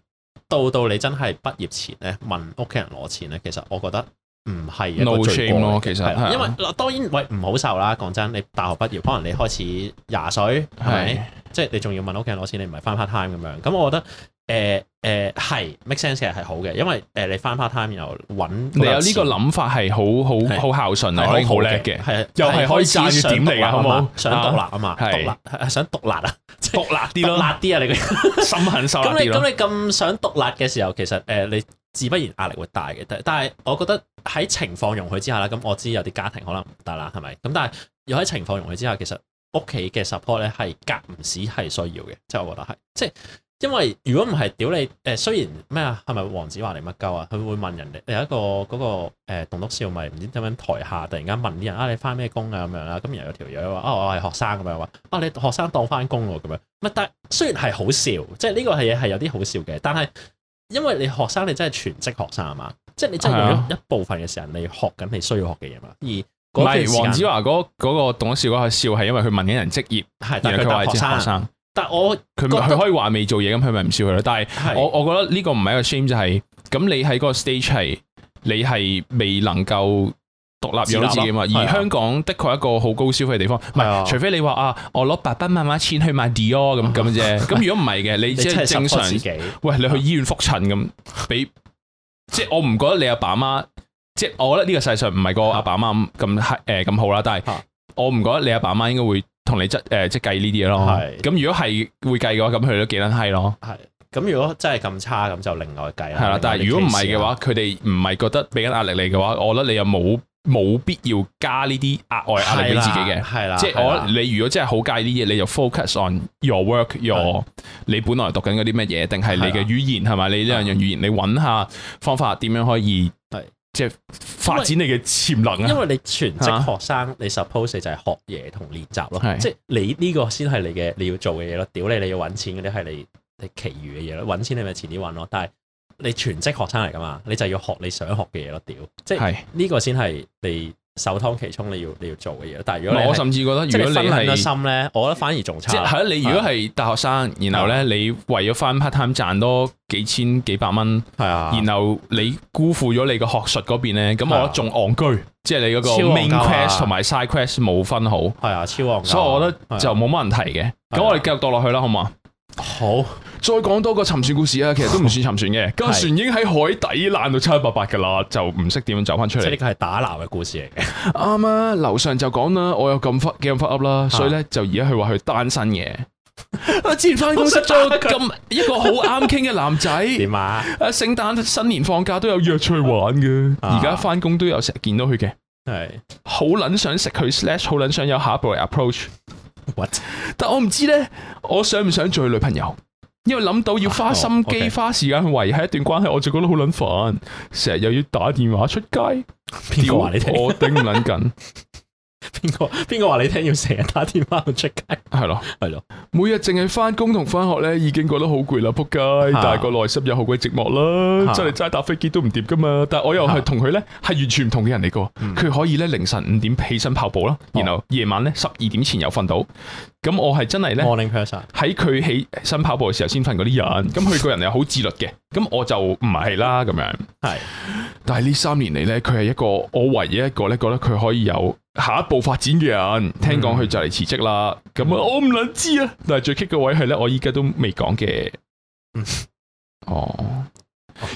Speaker 2: 到到你真係畢業前咧問屋企人攞錢咧，其實我覺得。唔係一
Speaker 1: No
Speaker 2: 個罪
Speaker 1: shame
Speaker 2: 過嚟
Speaker 1: 咯
Speaker 2: 嘅
Speaker 1: 其實
Speaker 2: 係啦
Speaker 1: 係啊
Speaker 2: 因為嗱當然喂唔好受啦，講真，你大學畢業可能你開始廿歲係咪
Speaker 1: 係？
Speaker 2: 即係你仲要問屋企人攞錢，你唔係翻 part time 咁樣。咁我覺得誒誒係 make sense 嘅係好嘅，因為誒、呃你翻 part time 然後揾
Speaker 1: 你有呢個諗法係好
Speaker 2: 係
Speaker 1: 好好孝順
Speaker 2: 係
Speaker 1: 啊，
Speaker 2: 好
Speaker 1: 好
Speaker 2: 好
Speaker 1: 叻
Speaker 2: 嘅，
Speaker 1: 嘅，
Speaker 2: 係
Speaker 1: 又係可以讚嘅點嚟㗎
Speaker 2: 嘅，
Speaker 1: 好冇
Speaker 2: 想獨立啊嘛，
Speaker 1: 係
Speaker 2: 獨立想獨立啊，即係
Speaker 1: 獨立啲
Speaker 2: 獨
Speaker 1: 咯，
Speaker 2: 立啲啊你個
Speaker 1: 心狠手辣
Speaker 2: 咁
Speaker 1: 啲
Speaker 2: 你
Speaker 1: 咯。
Speaker 2: 咁你咁想獨立嘅時候，其實誒、呃你自不然壓力會大嘅。但但係我覺得喺情況容許之下啦，咁我知有啲家庭可能唔得啦，係咪？咁但係又喺情況容許之下，其實屋企嘅 support 咧係夾唔止係需要嘅，即係我覺得係，即係因為如果唔係屌你誒、呃，雖然咩啊，係咪黃子華嚟乜鳩啊？佢會問人哋有一個嗰、個誒、呃、棟篤笑咪唔知點樣台下突然間問啲人啊，你翻咩工啊咁樣啦，咁然後有條友話啊，我係學生咁樣話啊，你學生當翻工喎咁樣。唔係，但係雖然係好笑，即係呢個係嘢係有啲好笑嘅，但係因為你學生你真係全職學生啊嘛，即係你真係
Speaker 1: 係
Speaker 2: 用
Speaker 1: 啊
Speaker 2: 咗一部分嘅時間你學緊你需要學嘅嘢嘛，而
Speaker 1: 唔
Speaker 2: 嗰段
Speaker 1: 係黃
Speaker 2: 時
Speaker 1: 子
Speaker 2: 間
Speaker 1: 華嗰嗰個棟篤笑嗰下笑係因為佢問緊人職業，
Speaker 2: 係，但
Speaker 1: 然
Speaker 2: 係
Speaker 1: 後
Speaker 2: 佢
Speaker 1: 佢話
Speaker 2: 話
Speaker 1: 係
Speaker 2: 學
Speaker 1: 學
Speaker 2: 生，啊
Speaker 1: 生，
Speaker 2: 但我
Speaker 1: 佢
Speaker 2: 覺得
Speaker 1: 佢可以話未做嘢咁，佢咪唔笑佢咯。但係
Speaker 2: 係
Speaker 1: 我我覺得呢個唔係一個 shame，就係咁你喺嗰個 stage 係你係未能夠獨立養到自己嘛。
Speaker 2: 自立咯
Speaker 1: 而
Speaker 2: 係啊
Speaker 1: 香港的確係一個好高消費嘅地方，唔
Speaker 2: 係
Speaker 1: 係
Speaker 2: 啊
Speaker 1: 除非你話啊，我攞八百萬蚊錢去買 Dior 咁咁啫。咁如果唔係嘅，你
Speaker 2: 你
Speaker 1: 即
Speaker 2: 真
Speaker 1: 係正
Speaker 2: 係正
Speaker 1: 常
Speaker 2: 常，自己。
Speaker 1: 喂，你去醫院覆診咁，俾即係我唔覺得你阿爸媽，即係我覺得呢個世上唔係個阿爸媽咁咁誒咁好啦，但係
Speaker 2: 啊
Speaker 1: 我唔覺得你阿爸媽應該會同你質誒即係計呢啲嘢咯。
Speaker 2: 係
Speaker 1: 咁如果係會計嘅話，咁佢都幾撚閪咯。
Speaker 2: 係咁，如果真係咁差，咁就另外啊計啦。
Speaker 1: 係啦，但係如果唔係嘅
Speaker 2: 話，
Speaker 1: 話，佢哋唔係覺得俾緊壓力你嘅話，我覺得你又冇冇必要加呢啲額外壓力俾自己嘅。
Speaker 2: 係啦，
Speaker 1: 即係
Speaker 2: 啊係
Speaker 1: 我
Speaker 2: 啦
Speaker 1: 你如果真係好介意呢啲嘢，你就 focus on your work your 你本來讀緊嗰啲乜嘢，定係你
Speaker 2: 係啊
Speaker 1: 嘅
Speaker 2: 啦
Speaker 1: 語言係咪？你呢兩樣語言，你揾下方法點樣可以
Speaker 2: 係
Speaker 1: 即係發展你嘅潛能
Speaker 2: 因
Speaker 1: 啊！
Speaker 2: 為你全職學生，你 suppose 你就係學嘢同練習咯
Speaker 1: 係，
Speaker 2: 即係你呢個先係你嘅你要做嘅嘢咯。屌你，你要揾錢嗰啲係你你其餘嘅嘢咯，揾錢你咪遲啲揾咯。但係你全職學生嚟噶嘛，你就要學你想學嘅嘢咯。屌，即係
Speaker 1: 係，
Speaker 2: 呢個先係你首當其衝你要你要做嘅嘢咯。但係如果你
Speaker 1: 我
Speaker 2: 係
Speaker 1: 甚至覺得
Speaker 2: 即
Speaker 1: 如
Speaker 2: 係
Speaker 1: 果
Speaker 2: 你分
Speaker 1: 你
Speaker 2: 兩個
Speaker 1: 係
Speaker 2: 心咧，我覺得反而仲
Speaker 1: 即係
Speaker 2: 差。
Speaker 1: 係啦你如果係大學生，然後咧你為咗翻 part time 賺多幾千幾百蚊。
Speaker 2: 係啊，
Speaker 1: 然後你辜負咗你個學術嗰邊咧，咁我覺得仲戇居，即係你嗰個
Speaker 2: 超戇鳩啊
Speaker 1: main quest 同埋 side quest 冇分好，
Speaker 2: 係啊，超戇鳩。
Speaker 1: 所以我覺得就冇乜問題嘅。
Speaker 2: 係啊
Speaker 1: 咁我哋繼續讀落去啦，好啊嘛？
Speaker 2: 好
Speaker 1: 哦再講多個沉船故事啊，其實都唔算沉船嘅，架船已經喺海底爛到七七八八噶啦，就唔識點樣走翻出
Speaker 2: 即係呢
Speaker 1: 嚟。
Speaker 2: 個係打鬧嘅故事嚟 (laughs) 嘅。
Speaker 1: 啱啊，樓上就講啦，我有咁忽幾咁忽 up 啦，所以咧就而家佢話佢單身嘅。 (laughs) 啊，之前翻工識咗咁一個好啱傾嘅男仔。
Speaker 2: 點啊？
Speaker 1: 啊，聖誕新年放假都有約出去玩嘅，
Speaker 2: 啊
Speaker 1: 而家翻工都有成日見到佢嘅。
Speaker 2: 係
Speaker 1: 好撚想食佢 slash 好撚想有下一步嘅 approach，
Speaker 2: what
Speaker 1: 但我唔知呢，我想唔想做佢女朋友？因為諗到要花心機、
Speaker 2: 哦，OK
Speaker 1: 花時間去維係一段關係，我就覺得好撚煩，成日又要打電話出街，
Speaker 2: 邊個話你聽
Speaker 1: 屌？我頂唔撚緊，
Speaker 2: 邊個邊個話你聽要成日打電話去出街？
Speaker 1: 係
Speaker 2: (laughs)
Speaker 1: 咯。
Speaker 2: 係咯，
Speaker 1: 每日淨係翻工同翻學咧，已經覺得好攰啦，仆街！
Speaker 2: 嚇
Speaker 1: 但係個內心又好鬼寂寞啦，
Speaker 2: 嚇
Speaker 1: 真係齋打飛機都唔掂噶嘛。但係我又係
Speaker 2: 嚇
Speaker 1: 同佢咧係完全唔同嘅人嚟個，
Speaker 2: 嗯
Speaker 1: 佢可以咧凌晨五點起身跑步啦，
Speaker 2: 哦
Speaker 1: 然後夜晚咧十二點前又瞓到。咁我係真係咧
Speaker 2: morning person
Speaker 1: 喺佢起身跑步嘅時候先瞓嗰啲人，咁佢個人又好自律嘅，咁我就唔係啦咁樣。
Speaker 2: 係
Speaker 1: 但係呢三年嚟咧，佢係一個我唯一一個咧覺得佢可以有下一步發展嘅人。聽講佢就嚟辭職啦，咁啊我唔撚知啊。但係最棘嘅位係咧，我依家都未講嘅
Speaker 2: 嗯。
Speaker 1: 哦，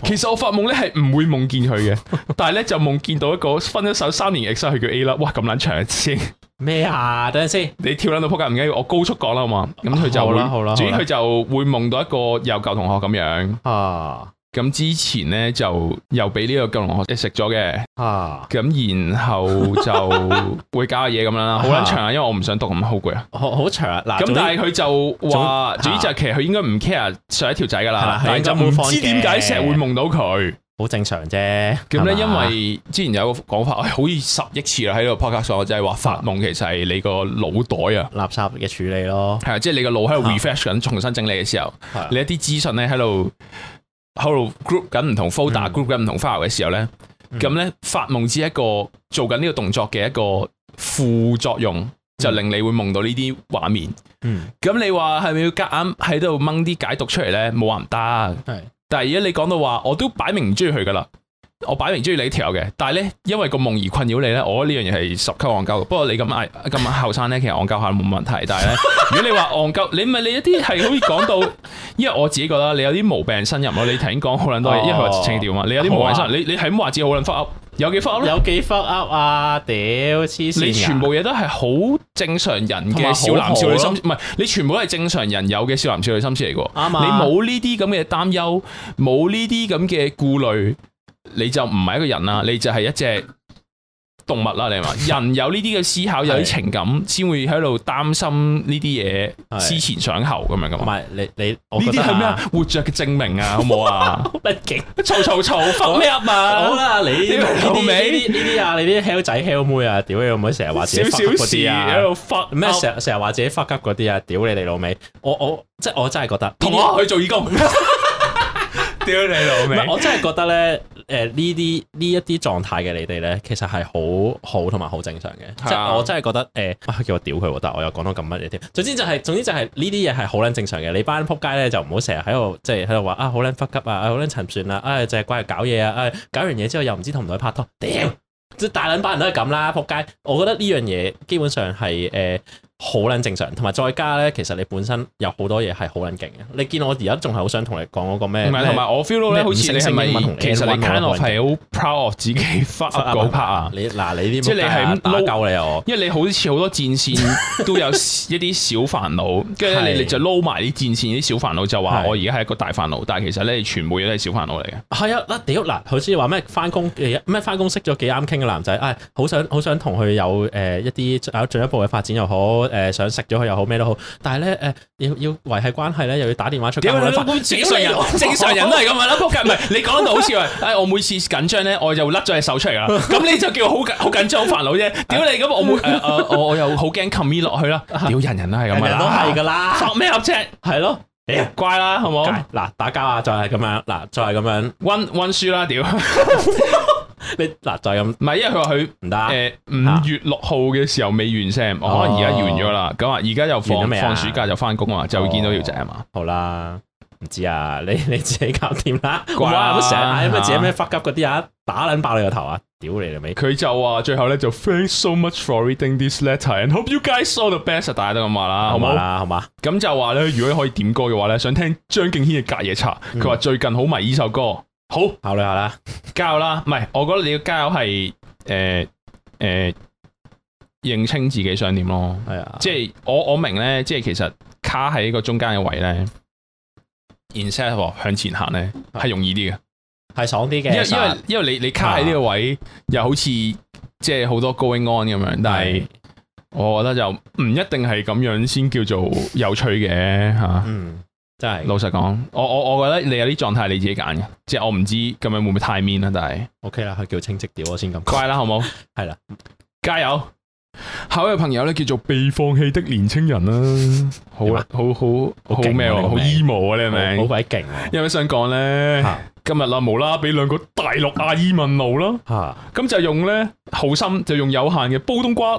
Speaker 1: 其實我發夢咧係唔會夢見佢嘅，但係咧就夢見到一個分咗手三年嘅 ex 啦佢叫 A 啦，哇咁撚長先，
Speaker 2: 咩啊？等陣先，
Speaker 1: 你跳撚到撲街唔緊要，我高速講啦好嘛，咁佢就
Speaker 2: 好啦
Speaker 1: 會
Speaker 2: 好啦
Speaker 1: 至於
Speaker 2: 好啦
Speaker 1: 佢就會夢到一個有舊同學咁樣，
Speaker 2: 啊
Speaker 1: 咁之前咧就又俾呢個舊同學食咗嘅，
Speaker 2: 啊，
Speaker 1: 咁然後
Speaker 2: (laughs)
Speaker 1: 就會搞下嘢咁樣啦，好撚長啊，因為我唔想讀咁好攰啊。
Speaker 2: 好好長啊嗱，
Speaker 1: 咁
Speaker 2: 總之
Speaker 1: 但係佢就話，
Speaker 2: 總啊
Speaker 1: 主要就係其實佢應該唔 care 上一條仔噶
Speaker 2: 係
Speaker 1: 啦
Speaker 2: 啦，
Speaker 1: 但係
Speaker 2: 佢
Speaker 1: 就
Speaker 2: 應該
Speaker 1: 唔
Speaker 2: 會放
Speaker 1: 知點解
Speaker 2: 嘅
Speaker 1: 成日會夢到佢。
Speaker 2: 好正常啫。
Speaker 1: 咁咧，
Speaker 2: 係
Speaker 1: 因
Speaker 2: 嘛
Speaker 1: 為之前有個講法，哎好似十億次啦喺呢個 podcast 上，我就係話發夢其實係你個腦袋啊，
Speaker 2: 垃圾嘅處理咯，
Speaker 1: 係啊，即係你個腦喺度 refresh 緊，重新整理嘅時候，
Speaker 2: 係啊
Speaker 1: 你一啲資訊咧喺度喺度 group 緊唔同 folder、
Speaker 2: 嗯
Speaker 1: group 緊唔同 file 嘅時候咧，咁咧發夢只係一個做緊呢個動作嘅一個副作用，就令你會夢到呢啲畫面。
Speaker 2: 嗯
Speaker 1: 咁你話係咪要夾硬喺度掹啲解讀出嚟咧？冇話唔得，
Speaker 2: 係
Speaker 1: 但係而家你講到話，我都擺明唔中意佢噶啦。我擺明中意你呢條友嘅，但係咧，因為個夢而困擾你咧，我覺得呢樣嘢係十級戇鳩嘅。不過你咁嗌咁後生咧，其實戇鳩下冇問題。但係
Speaker 2: (laughs)
Speaker 1: 咧，如果你話戇鳩，你咪你一啲係好似講到， (laughs) 因為我自己覺得你有啲無病呻吟咯。你頭先講好撚多嘢，
Speaker 2: 哦
Speaker 1: 因為我清調嘛，你有啲無病
Speaker 2: 好
Speaker 1: 呻
Speaker 2: 啊
Speaker 1: 吟，你你係咁話自己好撚 fuck up，有幾 fuck up 咧？
Speaker 2: 有幾 fuck up 啊？屌黐線㗎，
Speaker 1: 你全部嘢都係好正常人嘅少男少女心，
Speaker 2: 啊
Speaker 1: 唔係你全部都係正常人有嘅少男少女心思嚟嘅喎。
Speaker 2: 啱啊！
Speaker 1: 你冇呢啲咁嘅擔憂，冇呢啲咁嘅顧慮，你就唔係一個人啦，你就係一隻動物啦，你係
Speaker 2: (laughs)
Speaker 1: 嘛？人有呢啲嘅思考，有啲情感，先會喺度擔心呢啲嘢，
Speaker 2: 係
Speaker 1: 思前想後咁樣噶
Speaker 2: 唔
Speaker 1: 嘛？
Speaker 2: 係你你，我
Speaker 1: 呢
Speaker 2: 覺
Speaker 1: 啲
Speaker 2: 得
Speaker 1: 係咩
Speaker 2: 啊
Speaker 1: 啊？？活着嘅證明啊，好冇啊？
Speaker 2: (laughs) 好撚勁！
Speaker 1: 嘈嘈嘈，發咩噏
Speaker 2: 好
Speaker 1: 啊？ (laughs)
Speaker 2: 啦，你呢
Speaker 1: 你
Speaker 2: 啲
Speaker 1: 明
Speaker 2: 呢
Speaker 1: 老味
Speaker 2: 啲呢啲啊，你啲 hell 仔 hell 妹啊，屌你老妹，成日話
Speaker 1: 少
Speaker 2: 自己
Speaker 1: 少
Speaker 2: fuck up 嗰
Speaker 1: 事
Speaker 2: 啲
Speaker 1: 喺
Speaker 2: 啊，
Speaker 1: 度發
Speaker 2: 咩
Speaker 1: 噏
Speaker 2: 成成日話自己 fuck up 嗰啲啊，屌你哋老味！我我即係我真係覺得呢啲
Speaker 1: 同我去做義工，
Speaker 2: (laughs)
Speaker 1: 屌你老
Speaker 2: 唔
Speaker 1: 味！
Speaker 2: 係，我真係覺得咧，誒呢啲呢一啲狀態嘅你哋咧，其實係好好同埋好正常嘅。
Speaker 1: 係啊
Speaker 2: 即係我真係覺得誒、啊叫我屌佢喎，但係我又講到咁乜嘢添。總之就係、總之就係呢啲嘢係好撚正常嘅。你班撲街咧就唔好成日喺度即係喺度話啊好撚 fuck up 啊，啊好撚沉船啊，啊就係怪佢搞嘢啊，啊搞完嘢之後又唔知同唔同佢拍拖，屌！即係大撚班人都係咁啦，撲街！我覺得呢樣嘢基本上係誒。好撚正常，同埋再加咧，其實你本身有好多嘢係好撚勁嘅。你見我而家仲係好想同你講嗰個咩？
Speaker 1: 唔係，同
Speaker 2: 咩
Speaker 1: 埋我 feel 到咧，
Speaker 2: 咩
Speaker 1: 好似你係咪
Speaker 2: 五星英文同
Speaker 1: 其實
Speaker 2: N1
Speaker 1: 你 kind
Speaker 2: 我
Speaker 1: of
Speaker 2: 覺得
Speaker 1: 係好 proud of 自己 fuck
Speaker 2: (laughs)
Speaker 1: up 嗰 part 啊？
Speaker 2: 你嗱你啲
Speaker 1: 即係你係咁
Speaker 2: 打
Speaker 1: 撈
Speaker 2: 鳩你啊我，
Speaker 1: 因為你好似好多戰
Speaker 2: (laughs)
Speaker 1: 線都有一啲小煩惱，跟住
Speaker 2: 係
Speaker 1: 你你就撈埋啲戰線啲小煩惱，就話
Speaker 2: 係
Speaker 1: 我而家係一個大煩惱，但係其實咧全部嘢都係小煩惱嚟嘅。
Speaker 2: 係啊嗱屌嗱，好似話咩翻工嘅咩翻工識咗幾啱傾嘅男仔，唉好想好想同佢有誒一啲有進一步嘅發展又好，誒想食咗佢又好咩都好，但係咧誒要要維係關係咧又要打電話出街，好撚煩
Speaker 1: 正常人正常人都係咁樣啦，仆街唔係你講到好似話，唉我每次緊張咧，我就會甩咗隻手出
Speaker 2: (laughs)
Speaker 1: 嚟啦。咁你就叫好緊好緊張好煩惱啫。屌
Speaker 2: 啊
Speaker 1: 你咁我每誒誒我我又好驚 commit 落去啦。屌人人都係咁
Speaker 2: 人
Speaker 1: 樣
Speaker 2: 人都係㗎啦，
Speaker 1: 發咩噏啫？
Speaker 2: 係咯，哎呀
Speaker 1: 乖啦，好冇？
Speaker 2: 嗱打交啊，就係咁樣，嗱就係咁樣，
Speaker 1: 温温書啦，屌！唔
Speaker 2: 你嗱就係咁
Speaker 1: 係，因為佢話佢
Speaker 2: 唔得啊，哦
Speaker 1: 誒呃五月六號嘅時候未完 s 我可能而家完咗啦。咁啊，而家又
Speaker 2: 完
Speaker 1: 放
Speaker 2: 咗未啊
Speaker 1: 放暑假就翻工啊，就會見到條仔啊嘛。
Speaker 2: 好啦，唔知啊，你 (laughs) 你自己搞掂啦。
Speaker 1: 怪啦
Speaker 2: 哇，乜成日嗌咩自己咩 fuck up 嗰啲啊，打撚爆你個頭啊！屌你老味！
Speaker 1: 佢就話最後咧就 thanks so much for reading this letter and hope you guys saw the best，大家啊都咁話啦，好
Speaker 2: 啊好
Speaker 1: 唔
Speaker 2: 嘛
Speaker 1: 好？
Speaker 2: 啦，好嘛，
Speaker 1: 咁就話咧，如果可以點歌嘅話咧，想聽張敬軒嘅《隔夜茶》，
Speaker 2: 嗯
Speaker 1: 佢話最近好迷呢首歌，好
Speaker 2: 考慮下啦。
Speaker 1: 加油啦！唔係，我覺得你要加油係誒誒認清自己想點咯。
Speaker 2: 係啊，
Speaker 1: 即係我我明咧，即係其實卡喺個中間嘅位咧 i n s e t 向前行咧係容易啲嘅，
Speaker 2: 啊係爽啲嘅。
Speaker 1: 因為
Speaker 2: 其實啊
Speaker 1: 因為因為你你卡喺呢個位，又好似即係好多 going on 咁樣，但係我覺得就唔一定係咁樣先叫做有趣嘅吓。
Speaker 2: 嗯，真係
Speaker 1: 老實講，我我我覺得你有啲狀態你自己揀嘅，即係我唔知咁樣會唔會太 mean 啦，但係
Speaker 2: OK 啦，佢叫清晰啲我先咁講。
Speaker 1: 乖啦，好冇？
Speaker 2: 係啦，
Speaker 1: 加油！下一位朋友咧叫做被放棄的年青人啦，好
Speaker 2: 點
Speaker 1: 啊
Speaker 2: 啊，
Speaker 1: 好好好
Speaker 2: 勁啊
Speaker 1: 咩喎？
Speaker 2: 你個
Speaker 1: 好
Speaker 2: 名
Speaker 1: emo 啊，你係
Speaker 2: 好
Speaker 1: 咪？
Speaker 2: 鬼勁喎！
Speaker 1: 有咩想講咧？
Speaker 2: 嚇
Speaker 1: 今日啦，無啦啦俾兩個大陸阿姨問路啦。
Speaker 2: 嚇
Speaker 1: 咁就用咧好心，就用有限嘅煲冬瓜，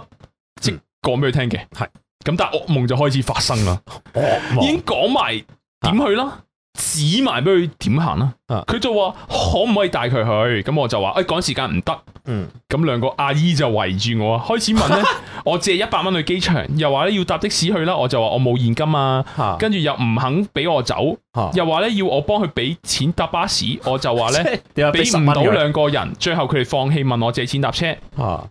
Speaker 1: 即
Speaker 2: 嗯
Speaker 1: 講俾佢聽嘅。
Speaker 2: 係
Speaker 1: 咁，但係噩夢就開始發生
Speaker 2: (laughs)
Speaker 1: 啦，
Speaker 2: 惡
Speaker 1: 已
Speaker 2: 魔
Speaker 1: 經講埋點去啦，指埋俾佢點行啦。
Speaker 2: 啊
Speaker 1: 佢就話可唔可以帶佢去？咁我就話誒哎趕時間唔得。
Speaker 2: 嗯
Speaker 1: 咁兩個阿姨就圍住我啊，開始問
Speaker 2: (laughs)
Speaker 1: 咧，我借一百蚊去機場，又話咧要搭的士去啦，我就話我冇現金啊，
Speaker 2: 嚇
Speaker 1: 跟住又唔肯俾我走，
Speaker 2: 嚇
Speaker 1: 又話咧要我幫佢俾錢搭巴士，我就話
Speaker 2: (laughs)
Speaker 1: 咧。
Speaker 2: 點解
Speaker 1: 俾
Speaker 2: 俾十
Speaker 1: 唔
Speaker 2: 蚊
Speaker 1: 到
Speaker 2: 佢
Speaker 1: 兩個人，最後佢哋放棄問我借錢搭車，
Speaker 2: 嚇？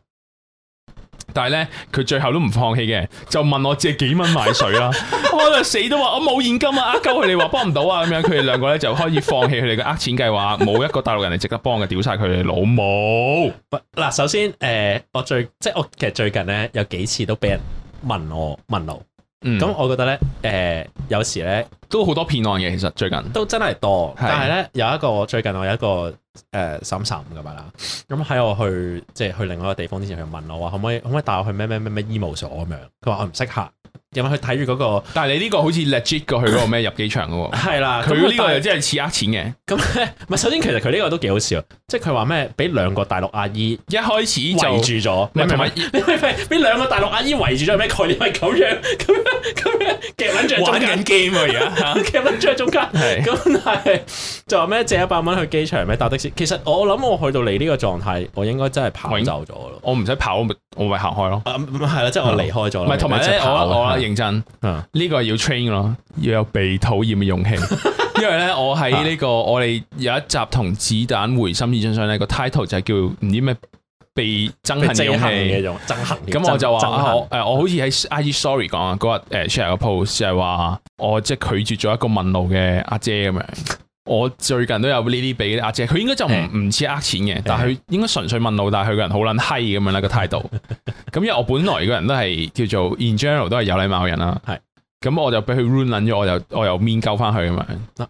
Speaker 1: 但係呢，佢最後都唔放棄嘅，就問我借幾蚊買水
Speaker 2: (laughs)
Speaker 1: 啦。我就死都話我冇現金啊，呃鳩佢哋話幫唔到啊咁樣，佢哋兩個呢，就開始放棄佢哋嘅呃錢計劃，冇一個大陸人係值得幫嘅，屌晒佢哋老母。
Speaker 2: 喂嗱，首先誒、呃我最即係我其實最近咧有幾次都俾人問我問路，
Speaker 1: 嗯，
Speaker 2: 咁、
Speaker 1: 咁
Speaker 2: 我覺得咧誒、呃有時咧
Speaker 1: 都好多騙案嘅，其實最近
Speaker 2: 都真係多，
Speaker 1: 係
Speaker 2: 但係咧有一個最近我有一個誒、呃、嬸嬸咁樣啦，咁喺我去即係去另外一個地方之前，佢問我話可唔可以可唔可以帶我去咩咩咩咩醫務所咁樣，佢話我唔識行，因為佢睇住嗰個
Speaker 1: 但係你呢個好似 legit 過佢嗰個咩入機場嘅喎，
Speaker 2: 係啦，啊咁
Speaker 1: 佢呢個
Speaker 2: 帶
Speaker 1: 又真係似呃錢嘅，
Speaker 2: 咁咧，唔係首先其實佢呢個都幾好笑，即係佢話咩俾兩個大陸阿姨
Speaker 1: 一開始
Speaker 2: 圍
Speaker 1: 就
Speaker 2: 住咗，
Speaker 1: 你明唔明
Speaker 2: 你明唔明？俾兩個大陸阿姨圍住咗，有咩概念？係咁樣，咁樣，咁樣夾撚住喺中
Speaker 1: 玩
Speaker 2: 間，
Speaker 1: 緊 game 啊而家。
Speaker 2: 夾撚住喺中間。
Speaker 1: 係
Speaker 2: 咁但係就話咩借一百蚊去機場咩搭的士？其實我諗我去到你呢個狀態，我應該真係跑走咗咯。
Speaker 1: (laughs) 我唔使跑，我咪我咪行開咯。
Speaker 2: 啊，唔係啦，即係我離開咗
Speaker 1: 唔
Speaker 2: 啦。
Speaker 1: 係，同埋
Speaker 2: 即
Speaker 1: 咧，
Speaker 2: 哦係跑啊
Speaker 1: 我我啊我認真。
Speaker 2: 嗯
Speaker 1: 呢個要 train 咯，要有被討厭嘅勇氣。因為咧，我喺呢、個我哋有一集同子彈回心之信箱咧，個 title 就係叫唔知咩被憎恨
Speaker 2: 憎
Speaker 1: 嘅勇
Speaker 2: 恨嘅
Speaker 1: 氣。
Speaker 2: 種憎恨嘅。
Speaker 1: 咁我就話啊
Speaker 2: 憎恨
Speaker 1: 我誒，我好似喺 IG story 講啊，嗰日誒 share 個 post 就係話我即係拒絕咗一個問路嘅阿姐咁樣。我最近都有呢啲俾阿姐，佢應該就唔
Speaker 2: 嗯
Speaker 1: 唔似呃錢嘅，但係佢應該純粹問路，但係佢個人好撚閪咁樣啦個態
Speaker 2: (laughs)
Speaker 1: 度。咁因為我本來個人都係叫做 in general 都係有禮貌嘅人啦，
Speaker 2: 係
Speaker 1: 咁我就俾佢 run 撚咗，我又我又面鳩翻佢咁樣，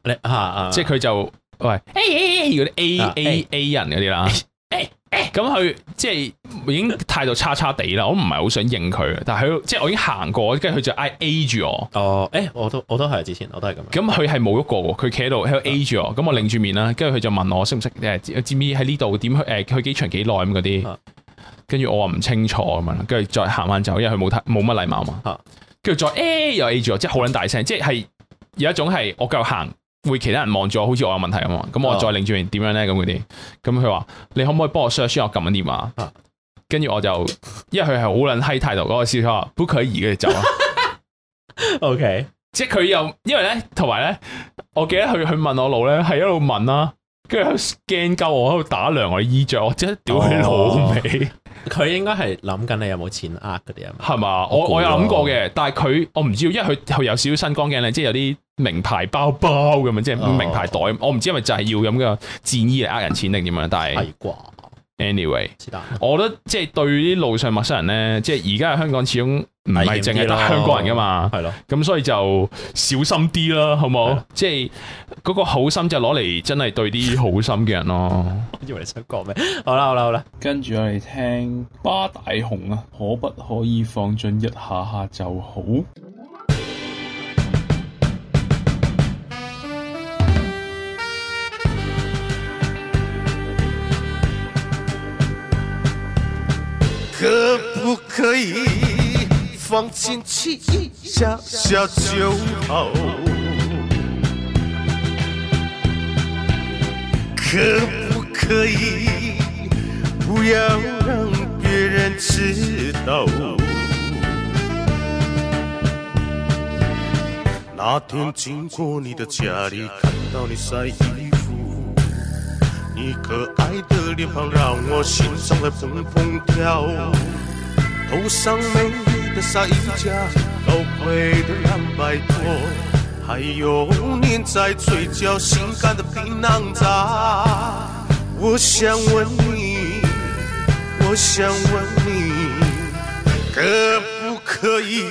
Speaker 2: 你嚇啊，
Speaker 1: 即係佢就喂 A A A 哎嗰啲
Speaker 2: 啊
Speaker 1: A A A 人嗰啲啦，哎咁佢即係已經態度差差地啦，我唔係好想應佢，但係佢即係我已經行過，跟住佢就嗌 A 住我。
Speaker 2: 哦，誒，我都我都係之前我都係咁樣。啊
Speaker 1: 咁佢係冇喐過喎，佢企喺度喺度 A 住我，咁我擰住面啦，跟住佢就問我識唔識誒知知唔知喺呢度點去誒去機場幾耐咁嗰啲
Speaker 2: 啊，
Speaker 1: 跟住我話唔清楚咁樣啦，跟住再行翻走，因為佢冇太冇乜禮貌嘛
Speaker 2: 啊，
Speaker 1: 跟住再 A 又 A 住我，即係好撚大聲，即係有一種係我繼續行。會其他人望住我，好似我有問題咁啊！咁我
Speaker 2: 啊
Speaker 1: 再擰住面點樣咧？咁嗰啲，咁佢話你可唔可以幫我 search 我撳緊電話
Speaker 2: 啊？
Speaker 1: 跟住我就，因為佢係好撚閪態度嗰個笑，佢話不可以跟住走啊！
Speaker 2: OK，
Speaker 1: 即係佢又因為咧，同埋咧，我記得佢佢問我路咧，係一路問啦，跟住喺度 scan 鳩我，喺度打量我啲衣着，我即係屌佢老味，
Speaker 2: 佢應該係諗緊你有冇錢呃嗰啲啊嘛。
Speaker 1: 係嘛？
Speaker 2: 我
Speaker 1: 我
Speaker 2: 估
Speaker 1: 我有諗過
Speaker 2: 啦
Speaker 1: 嘅，但係佢我唔知，因為佢佢有少少新光鏡咧，即係有啲名牌包包咁樣，即係
Speaker 2: 哦
Speaker 1: 名牌袋，我唔知係咪就係要咁嘅戰衣嚟呃人錢定點樣，但係
Speaker 2: 係啩？
Speaker 1: anyway。
Speaker 2: 是但。
Speaker 1: 我覺得即係對啲路上陌生人咧，即係而家喺香港始終唔係淨係
Speaker 2: 危險啲
Speaker 1: 得
Speaker 2: 咯
Speaker 1: 香港人噶嘛，
Speaker 2: 係咯，
Speaker 1: 咁所以就小心啲啦，好
Speaker 2: 係
Speaker 1: 冇
Speaker 2: 啦？
Speaker 1: 即係嗰個好心就攞嚟真係對啲好心嘅人咯。
Speaker 2: 我以為你想講咩？好啦，好啦，好啦，
Speaker 3: 跟住我哋聽巴大雄啊，可不可以放進一下下就好？
Speaker 4: 可不可以放进去一下下就好？可不可以不要让别人知道？那天经过你的家里，看到你晒衣服。你可爱的脸庞让我心上在砰砰跳，头上美丽的纱衣架，高贵的蓝白拖，还有粘在嘴角性感的槟榔渣。我想问你，我我想问你，可不可以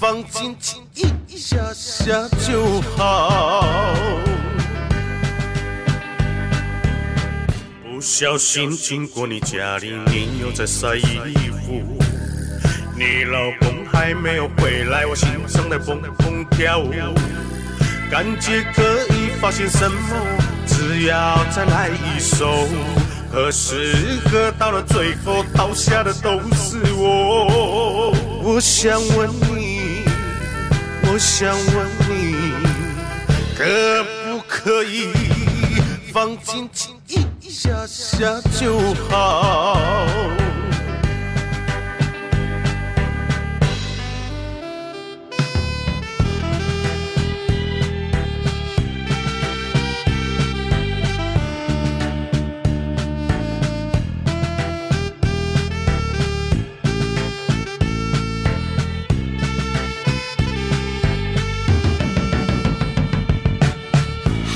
Speaker 4: 放轻轻一下下就好？不小心经过你家里，你又在晒衣服，你老公还没有回来，我心上在蹦蹦跳。感觉可以发现什么，只要再来一首。可是喝到了最后，倒下的都是我。我想问你，我想问你，可不可以放轻轻一下下就好？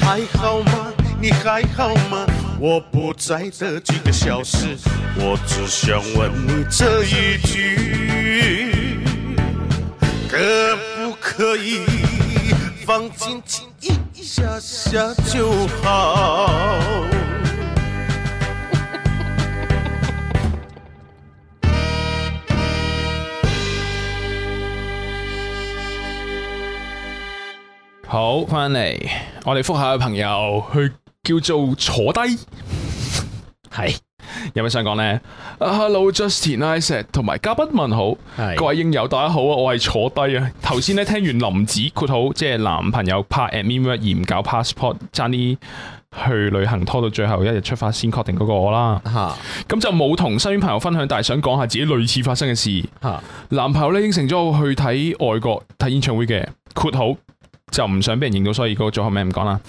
Speaker 4: 还好吗？你还好吗？我不在这几个小时，我只想问你这一句，可不可以放轻轻一下下就好？
Speaker 1: 好，翻嚟，我哋复下嘅朋友，佢叫做坐低，
Speaker 2: 系
Speaker 1: 有咩想講呢啊？Hello Justin Isaac 同埋嘉賓問好，
Speaker 2: 係
Speaker 1: 各位應友大家好啊，我係坐低啊。頭先咧聽完林子括號即係男朋友拍 admin 而唔搞 passport，爭啲去旅行拖到最後一日出發先確定嗰個我啦。
Speaker 2: 吓
Speaker 1: 咁就冇同身邊朋友分享，但係想講下自己類似發生嘅事。
Speaker 2: 吓
Speaker 1: 男朋友咧應承咗我去睇外國睇演唱會嘅，括號就唔想俾人認到，所以個組合名唔講啦。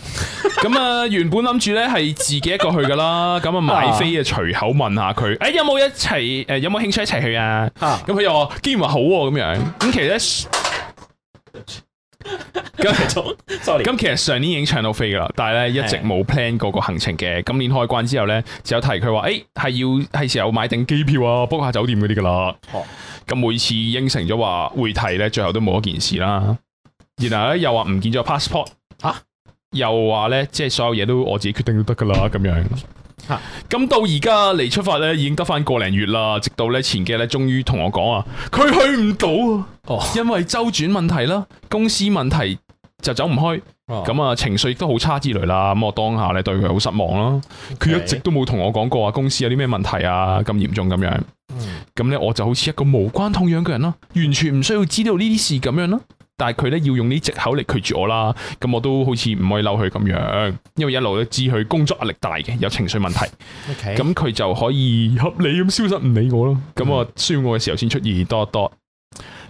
Speaker 1: 咁啊，原本諗住咧係自己一個去噶啦，咁啊買飛啊隨口問下佢，誒、有冇一齊誒、有冇興趣一齊去啊？
Speaker 2: 吓
Speaker 1: 咁佢又話竟然話好喎、咁樣，咁其實咧。咁
Speaker 2: ，sorry，
Speaker 1: 咁其實上年已經唱到飛噶啦，但係咧一直冇 plan 過個行程嘅。今年開關之後咧，就有提佢話：，誒、係要係時候買定機票啊，book 下酒店嗰啲噶啦。
Speaker 2: 哦
Speaker 1: 咁每次應承咗話會提咧，最後都冇一件事啦。然後咧又話唔見咗 passport，
Speaker 2: 嚇
Speaker 1: 又話咧即係所有嘢都我自己決定都得噶啦咁樣。
Speaker 2: 嚇
Speaker 1: 咁到而家離出發咧已經得翻個零月啦，直到咧前幾日咧終於同我講啊，佢去唔到啊，
Speaker 2: 哦
Speaker 1: 因為周轉問題啦，公司問題就走唔開。
Speaker 2: 咁
Speaker 1: 咁啊情緒亦都好差之類啦，咁我當下咧對佢好失望咯。佢
Speaker 2: OK
Speaker 1: 一直都冇同我講過啊，公司有啲咩問題啊，咁嚴重咁樣。咁咧我就好似一個無關痛癢嘅人咯，完全唔需要知道呢啲事咁樣咯。但係佢咧要用呢藉口嚟拒絕我啦，咁我都好似唔可以嬲佢咁樣，因為一路都知佢工作壓力大嘅，有情緒問題，
Speaker 2: ，OK，
Speaker 1: 咁佢就可以合理咁消失唔理我咯。咁我需要我嘅時候先出現多多。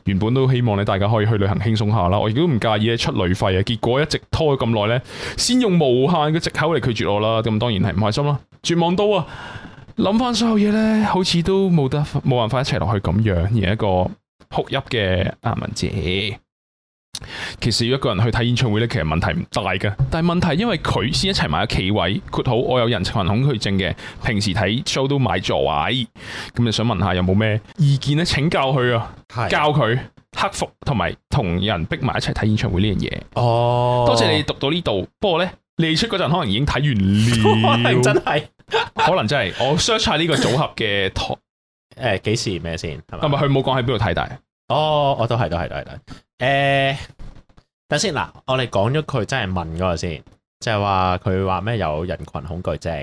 Speaker 1: 原本都希望咧大家可以去旅行輕鬆下啦，我亦都唔介意咧出旅費啊。結果一直拖咗咁耐咧，先用無限嘅藉口嚟拒絕我啦。咁當然係唔開心啦，絕望到啊！諗翻所有嘢咧，好似都冇得冇辦法一齊落去咁樣，而一個哭泣嘅阿文姐。其實要一個人去睇演唱會咧，其實問題唔大嘅。但係問題因為佢先一齊買咗企位，括號我有人群恐懼症嘅，平時睇 show 都買座位，咁就想問下有冇咩意見咧？請教佢啊！
Speaker 2: 係
Speaker 1: 教佢克服同埋同人逼埋一齊睇演唱會呢樣嘢。
Speaker 2: 哦，
Speaker 1: 多謝你讀到呢度，不過呢，你出嗰陣可能已經睇完 (laughs) 了，
Speaker 2: (laughs) 真係
Speaker 1: 可能真係我 search 下呢個組合嘅
Speaker 2: (laughs)
Speaker 1: 台，
Speaker 2: 誒幾時咩先係
Speaker 1: 係
Speaker 2: 咪？
Speaker 1: 咪佢冇講喺邊度睇？但係
Speaker 2: 哦，我都係，都係，都係，都係。誒、等先嗱，我哋講咗佢真係問嗰個先，就係話佢話咩有人群恐懼症，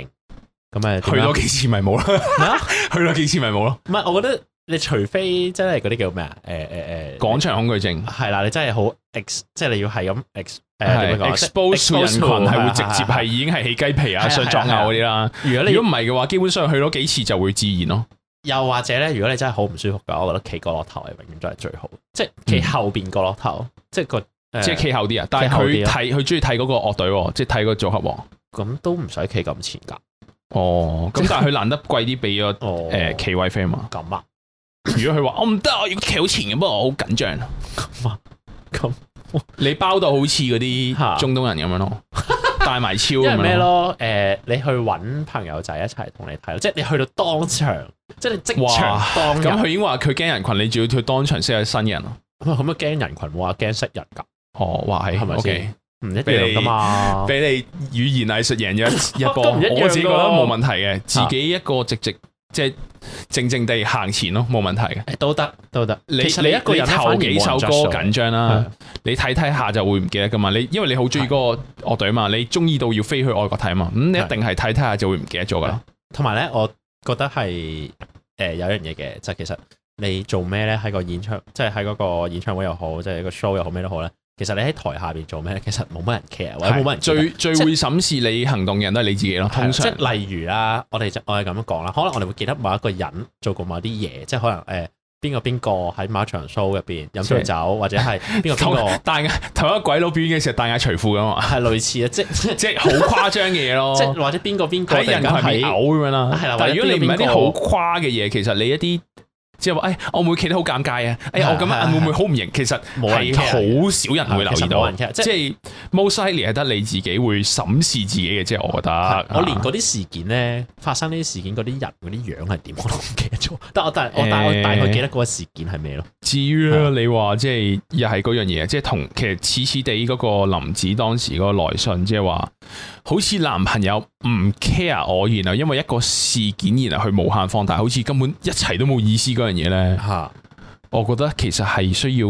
Speaker 2: 咁啊
Speaker 1: 去多幾次咪冇啦，
Speaker 2: 咩啊？
Speaker 1: (laughs) 去多幾次咪冇咯。
Speaker 2: 唔係，我覺得你除非真係嗰啲叫咩啊？誒誒誒，
Speaker 1: 廣場恐懼症
Speaker 2: 係啦，你真係好 ex，即係你要係咁 ex 誒
Speaker 1: 係
Speaker 2: 點樣講啊即係
Speaker 1: expose 人群
Speaker 2: expose
Speaker 1: 係會直
Speaker 2: (laughs)
Speaker 1: 接係
Speaker 2: 係
Speaker 1: 已經係起雞皮啊、
Speaker 2: 係啊
Speaker 1: 上作嘔嗰啲啦。
Speaker 2: 如果你
Speaker 1: 如果唔係嘅話，基本上去多幾次就會自然咯。
Speaker 2: 又或者咧，如果你真係好唔舒服嘅話，我覺得企角落頭係永遠都係最好，即係企後邊角落頭，即係個誒
Speaker 1: 嗯即係企後啲啊，但係
Speaker 2: 企
Speaker 1: 佢
Speaker 2: 後啲啊
Speaker 1: 睇佢中意睇嗰個樂隊喎，即係睇個組合王。
Speaker 2: 咁都唔使企咁前㗎。
Speaker 1: 哦，咁但係佢難得貴啲俾
Speaker 2: (laughs)
Speaker 1: 咗
Speaker 2: 哦，
Speaker 1: 誒企位 friend 嘛。
Speaker 2: 咁啊，
Speaker 1: 如
Speaker 2: (laughs)
Speaker 1: 果佢話哦我唔得，我要企好前嘅，不過我好緊張。
Speaker 2: 咁啊，咁
Speaker 1: 你包到好似嗰啲
Speaker 2: (laughs) 嚇 (laughs)
Speaker 1: 中東人咁樣咯，帶埋超
Speaker 2: 因
Speaker 1: 咁
Speaker 2: 為咩
Speaker 1: 樣咯。
Speaker 2: 咯？诶、你去揾朋友仔一齊同你睇，即係你去到當場，即係你即場
Speaker 1: 哇
Speaker 2: 當
Speaker 1: 咁
Speaker 2: 日
Speaker 1: 佢已經話佢驚人群，你仲要佢當場識係新人咯。
Speaker 2: 咁咁啊驚人群喎，話驚識人㗎，
Speaker 1: 哦，哇，係
Speaker 2: 係咪
Speaker 1: OK
Speaker 2: 先唔一樣㗎嘛。
Speaker 1: 俾你語言藝術贏咗
Speaker 2: (laughs)
Speaker 1: 一一波，
Speaker 2: 哦都唔一樣㗎
Speaker 1: 我自己覺得冇問題嘅，自己一個直直即係靜靜地行前咯，冇問題嘅。
Speaker 2: 誒都得都得，
Speaker 1: 你
Speaker 2: 其實你一個人咧
Speaker 1: 頭幾首歌緊
Speaker 2: 緊，
Speaker 1: 張啦，你睇睇下就會唔記得噶嘛。你因為你好中意嗰個樂隊嘛，你中意到要飛去外國睇嘛，咁你一定係睇睇下就會唔記得咗噶啦。
Speaker 2: 同埋咧，我覺得係誒有一樣嘢嘅，就係其實你做咩咧喺個演唱，即係喺嗰個演唱會又好，即係個 show 又好，咩都好咧。其實你喺台下邊做咩咧，其實冇乜人 care，或者冇乜人記得
Speaker 1: 最最會審視你行動嘅人都係你自己咯，
Speaker 2: 係啦
Speaker 1: 通
Speaker 2: 即
Speaker 1: 常
Speaker 2: 係例如啦，我哋就我係咁樣講啦，可能我哋會記得某一個人做過某啲嘢，即係可能誒邊個邊個喺某一場 show 入邊飲醉酒，或者係邊個
Speaker 1: (laughs)
Speaker 2: 邊
Speaker 1: 同
Speaker 2: 個
Speaker 1: 大眼同一個鬼佬表演嘅時候大眼除褲噶嘛，
Speaker 2: 係類似啊，即係
Speaker 1: 即係好誇張嘅嘢咯。 (laughs)
Speaker 2: 即係或者邊個邊個
Speaker 1: 喺
Speaker 2: 突然
Speaker 1: 人群
Speaker 2: 間
Speaker 1: 面嘔
Speaker 2: 喺
Speaker 1: 咁樣啦。
Speaker 2: 係啦
Speaker 1: 但係如果你唔係
Speaker 2: 或者
Speaker 1: 啲
Speaker 2: 邊個
Speaker 1: 好誇嘅嘢，其實你一啲即係話，哎，我會唔會企得好尷尬啊？
Speaker 2: (laughs)
Speaker 1: 哎呀，
Speaker 2: 係
Speaker 1: 我咁
Speaker 2: 係
Speaker 1: 樣會唔會
Speaker 2: 係
Speaker 1: 好唔型？其實
Speaker 2: 冇人
Speaker 1: 係
Speaker 2: care
Speaker 1: 好少人會留
Speaker 2: 係其
Speaker 1: 意
Speaker 2: 實冇人
Speaker 1: 到，
Speaker 2: care，
Speaker 1: 即
Speaker 2: 即係
Speaker 1: 係 most likely 係得你自己會審視自己嘅，即係我覺得。
Speaker 2: 啊
Speaker 1: 啊
Speaker 2: 我連嗰啲事件咧發生呢啲事件嗰啲人嗰啲樣係點我都唔記得咗，但我但係我但係我大概記得嗰個事件係咩咯，
Speaker 1: 至於咧，你話即係又係嗰樣嘢，即係同其實似似地嗰個林子當時嗰個來信，即係話好似男朋友唔 care 我，然後因為一個事件，然後去無限放大，好似根本一齊都冇意思嗰樣嘢咧。
Speaker 2: 嚇
Speaker 1: 我覺得其實係需要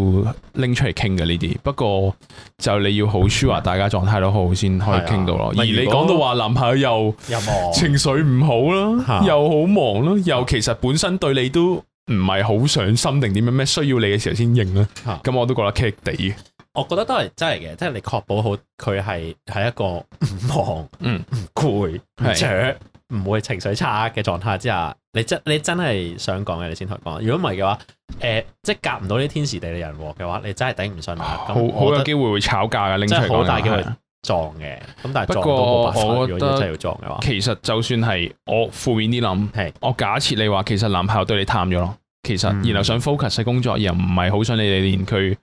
Speaker 1: 拎出嚟傾嘅呢啲，不過就你要好 sure 大家狀態都好先可以傾到咯。
Speaker 2: 係啊
Speaker 1: 而你
Speaker 2: 如果
Speaker 1: 講到話男朋友
Speaker 2: 有
Speaker 1: 又
Speaker 2: 冇？
Speaker 1: 情緒唔好啦，
Speaker 2: 嚇
Speaker 1: 又好忙啦，又其實本身對你都唔係好上心定點樣咩，需要你嘅時候先認啦
Speaker 2: 嚇。
Speaker 1: 咁我都覺得棘棘地嘅。
Speaker 2: 我覺得都係真係嘅，即係你確保好佢係喺一個唔忙、
Speaker 1: 嗯
Speaker 2: 唔攰、唔
Speaker 1: 係
Speaker 2: 搶、唔會情緒差嘅狀態之下，你真你真係想講嘅，你先同佢講。如果唔係嘅話，誒、即係夾唔到呢天時地利人和嘅話，你真係頂唔順啦。
Speaker 1: 啊好
Speaker 2: 咁
Speaker 1: 好
Speaker 2: 我
Speaker 1: 有
Speaker 2: 覺得
Speaker 1: 機會會炒價嘅，拎出
Speaker 2: 真
Speaker 1: 嚟
Speaker 2: 係好
Speaker 1: 講
Speaker 2: 大機會
Speaker 1: 係啊
Speaker 2: 撞嘅。咁但係
Speaker 1: 不
Speaker 2: 撞
Speaker 1: 過
Speaker 2: 都冇辦法。
Speaker 1: 我
Speaker 2: 如
Speaker 1: 覺
Speaker 2: 果
Speaker 1: 得
Speaker 2: 真係要撞嘅話，
Speaker 1: 其實就算係我負面啲諗
Speaker 2: 啊係，
Speaker 1: 我假設你話其實男朋友對你淡咗咯，其實
Speaker 2: 嗯
Speaker 1: 然後想 focus 喺工作，又唔係好想你哋連佢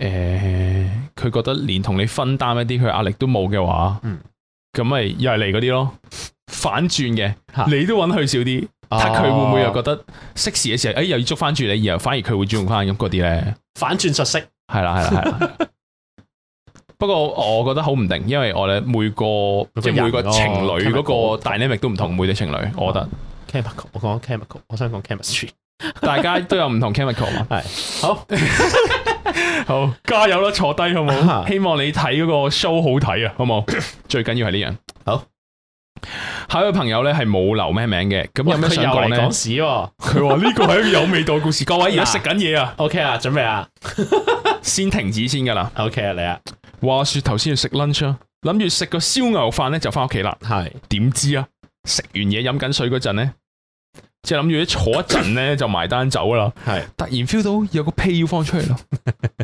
Speaker 1: 誒，佢、覺得連同你分擔一啲佢壓力都冇嘅話
Speaker 2: 嗯，
Speaker 1: 咁咪、又係嚟嗰啲咯。反轉嘅
Speaker 2: 嚇，
Speaker 1: 你都揾佢少啲，
Speaker 2: 哦
Speaker 1: 睇佢會唔會又覺得適時嘅時候，誒、哎又要捉翻住你，然後反而佢會主動翻咁嗰啲咧。
Speaker 2: 反轉術式？
Speaker 1: 係啦，係啦，係啦。不過我覺得好唔定，因為我哋每個
Speaker 2: 每個
Speaker 1: 即係每個
Speaker 2: 人咯
Speaker 1: 情侶嗰
Speaker 2: chemical
Speaker 1: 個 dynamic 都唔同，每對情侶，我覺得
Speaker 2: chemical，我講 chemical，我想講 chemistry。
Speaker 1: 大家都有唔同 chemical
Speaker 2: (laughs)
Speaker 1: 嘛。
Speaker 2: 係好，
Speaker 1: 好，加油啦，坐低好
Speaker 2: (laughs)
Speaker 1: 冇？
Speaker 2: 啊
Speaker 1: 希望你睇嗰個 show 好睇啊，好冇？
Speaker 2: (laughs)
Speaker 1: 最緊要係呢樣。
Speaker 2: 好，
Speaker 1: 下一位朋友咧係冇留咩名嘅，咁有咩
Speaker 2: 喂佢
Speaker 1: 想
Speaker 2: 又
Speaker 1: 講
Speaker 2: 嚟
Speaker 1: 咧
Speaker 2: 講？屎喎
Speaker 1: (laughs) 佢話呢個係一個有味道嘅故事，各位而家食緊嘢啊，
Speaker 2: ？OK 啦，準備啦
Speaker 1: 先停止先㗎啦。
Speaker 2: ，OK 啦，嚟啊，
Speaker 1: 話說頭先要食 lunch 啊，諗住食個燒牛飯咧就翻屋企啦。
Speaker 2: 係
Speaker 1: 點知啊，食完嘢飲緊水嗰陣呢，即係諗住坐一陣呢就埋單走啦。
Speaker 2: 係。
Speaker 1: 突然 feel 到有個屁要放出嚟咯。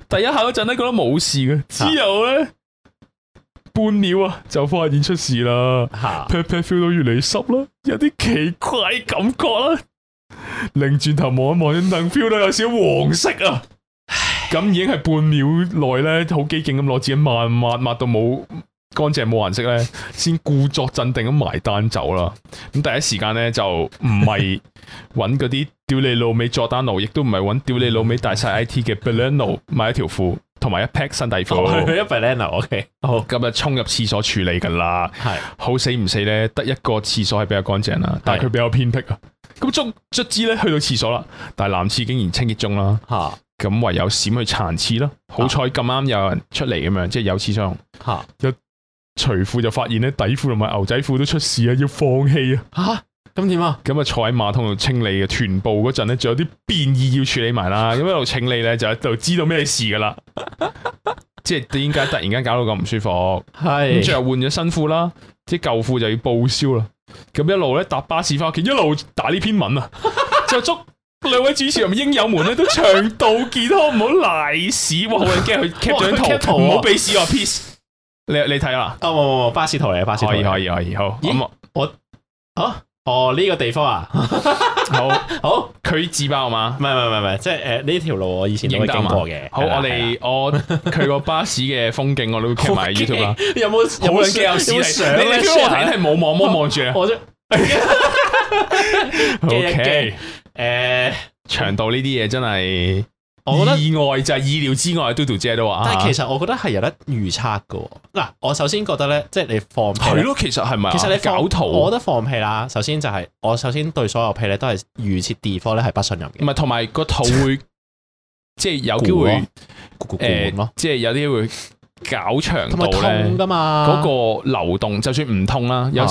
Speaker 1: 第一下嗰陣呢，覺得冇事嘅，之後呢，半秒啊就發現出事啦。
Speaker 2: 吓
Speaker 1: pat pat feel 到越嚟越濕啦，有啲奇怪感覺啦。擰轉頭望一望張凳，feel 到有少少黃色啊。咁已經係半秒內咧，好機警咁攞紙巾抹抹抹到冇乾淨冇顏色咧，先故作鎮定咁埋單走啦。咁第一時間咧就唔係揾嗰啲屌你老味佐丹奴，亦都唔係揾屌你老味大晒 I T 嘅 Baleno 買一條褲同埋一 pack 新底
Speaker 2: 哦
Speaker 1: 褲，
Speaker 2: 一 banana，OK，好
Speaker 1: 咁啊衝入廁所處理噶啦。
Speaker 2: 係
Speaker 1: 好死唔死咧，得一個廁所係比較乾淨啦，但係佢比較偏僻啊。咁卒卒之咧去到廁所啦，但係男廁竟然清潔中啦，
Speaker 2: 吓
Speaker 1: 咁唯有閃去殘廁啦。好彩咁啱有人出嚟咁樣，即係有廁所用。
Speaker 2: 吓
Speaker 1: 除褲就發現咧底褲同埋牛仔褲都出事啊，要放棄啊！
Speaker 2: 吓，咁點啊？
Speaker 1: 咁啊坐喺馬桶度清理嘅臀部嗰陣咧，仲有啲便意要處理埋啦。咁一路清理咧，就一度知道咩事噶啦。 (laughs) 即係點解突然間搞到咁唔舒服？咁最
Speaker 2: 係
Speaker 1: 後換咗新褲啦，啲舊褲就要報銷啦。咁一路咧搭巴士翻屋企，一路打呢篇
Speaker 2: (laughs)
Speaker 1: 文啊，就祝兩位主持人應友們咧都腸道健康，唔好賴屎。哇，好人驚佢 cap
Speaker 2: 哇佢
Speaker 1: 張
Speaker 2: cap 圖
Speaker 1: 圖，
Speaker 2: 啊
Speaker 1: 唔好俾屎我 piece。你你睇啦，
Speaker 2: 哦，冇冇冇巴士圖嚟，巴士圖
Speaker 1: 可以可
Speaker 2: 以
Speaker 1: 以可以，好
Speaker 2: 咦
Speaker 1: 咁啊 (laughs)
Speaker 2: 哦呢個地方啊，
Speaker 1: 好。
Speaker 2: 好
Speaker 1: 佢自爆啊嘛
Speaker 2: 唔？係唔係唔係，即係誒呢條路我以前都
Speaker 1: 認
Speaker 2: 會
Speaker 1: 得啊
Speaker 2: 經
Speaker 1: 嘛
Speaker 2: 過嘅。
Speaker 1: 好，
Speaker 2: 係啦
Speaker 1: 我哋我佢個巴士嘅風景我都會 keep 埋 YouTube 啦。
Speaker 2: (laughs) 有冇
Speaker 1: 好
Speaker 2: 有冇
Speaker 1: 撚驚有
Speaker 2: 有冇
Speaker 1: 屎
Speaker 2: 相
Speaker 1: 你！你
Speaker 2: 咧
Speaker 1: 你 feel 我睇係冇望望望住啊 (laughs)
Speaker 2: 我都驚一驚
Speaker 1: ？OK，
Speaker 2: 誒，
Speaker 1: 長度呢啲嘢真係，
Speaker 2: 我覺得
Speaker 1: 意外就係意料之外。Dodo 姐都話，啊
Speaker 2: 但係其
Speaker 1: 實
Speaker 2: 實我覺得係有得預測嘅喎。嗱，我首先覺得咧，即係你放屁
Speaker 1: 係
Speaker 2: 呢，
Speaker 1: 咯，其實係咪啊？
Speaker 2: 其實你放
Speaker 1: 搞圖，
Speaker 2: 我覺得放屁啦。首先就係我首先對所有屁咧都係預設 default 咧係不信任
Speaker 1: 唔
Speaker 2: 嘅，
Speaker 1: 係同埋個圖
Speaker 2: (laughs)
Speaker 1: 會即係有機
Speaker 2: 估
Speaker 1: 會
Speaker 2: 咯估
Speaker 1: 誒
Speaker 2: 咯，，
Speaker 1: 即係有啲會搞長
Speaker 2: 同埋
Speaker 1: 度咧
Speaker 2: 痛。噶嘛。
Speaker 1: 嗰個流動，就算唔通啦，有
Speaker 2: 啊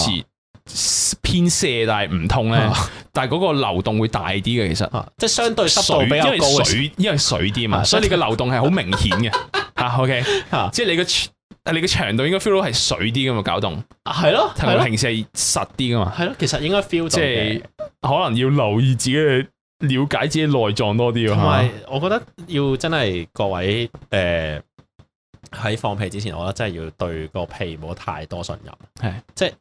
Speaker 1: 時偏射但係唔通咧
Speaker 2: 啊，
Speaker 1: 但係嗰個流動會大啲嘅，其實。
Speaker 2: 啊即係相對濕度
Speaker 1: 水，
Speaker 2: 比較
Speaker 1: 因為
Speaker 2: 高嘅時
Speaker 1: 水，因為水啲嘛，
Speaker 2: 啊
Speaker 1: 所以你個流動係好明顯嘅。
Speaker 2: (laughs)
Speaker 1: 嚇，OK，
Speaker 2: 啊
Speaker 1: 即係你個你個長度應該 feel 到係水啲噶嘛，搞動
Speaker 2: 啊係咯，
Speaker 1: 同
Speaker 2: 係
Speaker 1: 埋
Speaker 2: 咯，
Speaker 1: 平時係實啲噶嘛，
Speaker 2: 係咯，其實應該 feel
Speaker 1: 即
Speaker 2: 到
Speaker 1: 係
Speaker 2: 嘅。
Speaker 1: 可能要留意自己嘅了解自己內臟多啲
Speaker 2: 同
Speaker 1: 啊
Speaker 2: 埋。，我覺得要真係各位誒喺、放屁之前，我覺得真係要對個屁冇太多信任，
Speaker 1: 係
Speaker 2: 即係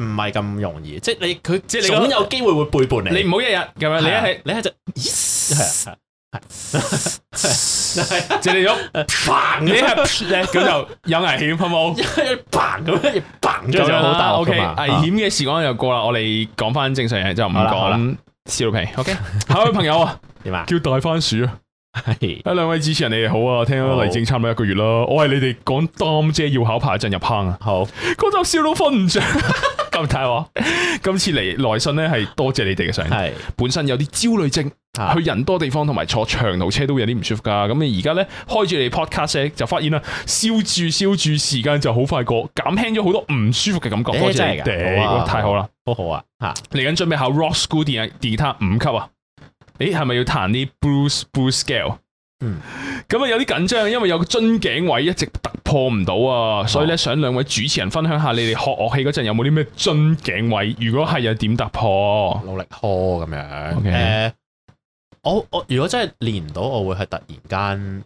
Speaker 2: 唔係咁容易，即係你佢
Speaker 1: 即係
Speaker 2: 即
Speaker 1: 你
Speaker 2: 係
Speaker 1: 覺得
Speaker 2: 總有機會會背叛你。
Speaker 1: 你唔好一日咁樣，你一
Speaker 2: 係啊
Speaker 1: 係
Speaker 2: 你係就係啊
Speaker 1: (laughs)
Speaker 2: (laughs)
Speaker 1: 即 (laughs) 係你啊咗，砰你一係咁就有危險，好 (laughs) 冇？
Speaker 2: 一砰
Speaker 1: (laughs)
Speaker 2: 咁樣，一砰
Speaker 1: 咁
Speaker 2: 咗就
Speaker 1: 樣
Speaker 2: 好
Speaker 1: 啦
Speaker 2: 大鑊
Speaker 1: ，OK，
Speaker 2: 㗎
Speaker 1: 危
Speaker 2: 嘛啊
Speaker 1: 險嘅時光又過啦，我哋講翻正常嘢就唔
Speaker 2: 好啦好啦
Speaker 1: 講笑皮。OK，下 (laughs) 一位朋友啊，
Speaker 2: 點啊？
Speaker 1: 叫大番薯啊，(laughs)
Speaker 2: 係
Speaker 1: 啊兩位主持人你哋好啊，我聽
Speaker 2: 好
Speaker 1: 咗黎正差唔多一個月啦，我係你哋講擔遮要考牌嗰陣入坑啊，
Speaker 2: 好
Speaker 1: (laughs) 嗰集笑到瞓唔着。 (laughs) 咁睇我，今次嚟來信咧係多謝你哋嘅 (laughs) 上，
Speaker 2: 係
Speaker 1: 本身有啲焦慮症，
Speaker 2: 啊
Speaker 1: 去人多地方同埋坐長途車都會有啲唔舒服噶。咁你而家咧開住你 podcast 呢就發現啦，笑住笑住時間就好快過，減輕咗好多唔舒服嘅感覺。
Speaker 2: 誒
Speaker 1: 多謝
Speaker 2: 真
Speaker 1: 你
Speaker 2: 係㗎
Speaker 1: 哋，
Speaker 2: 好啊
Speaker 1: 哇太好啦！
Speaker 2: 好好啊嚇
Speaker 1: 嚟緊準備考 Rock School 電電吉他五級啊！誒係咪要彈啲 blues blues scale？
Speaker 2: 嗯，
Speaker 1: 咁啊有啲緊張，因為有個樽頸位一直突破唔到啊，所以咧想兩位主持人分享下你哋學樂器嗰陣有冇啲咩樽頸位？如果係又點突破？
Speaker 2: 努力呵咁樣。誒呃
Speaker 1: OK
Speaker 2: 我我如果真係練唔到，我會係突然間。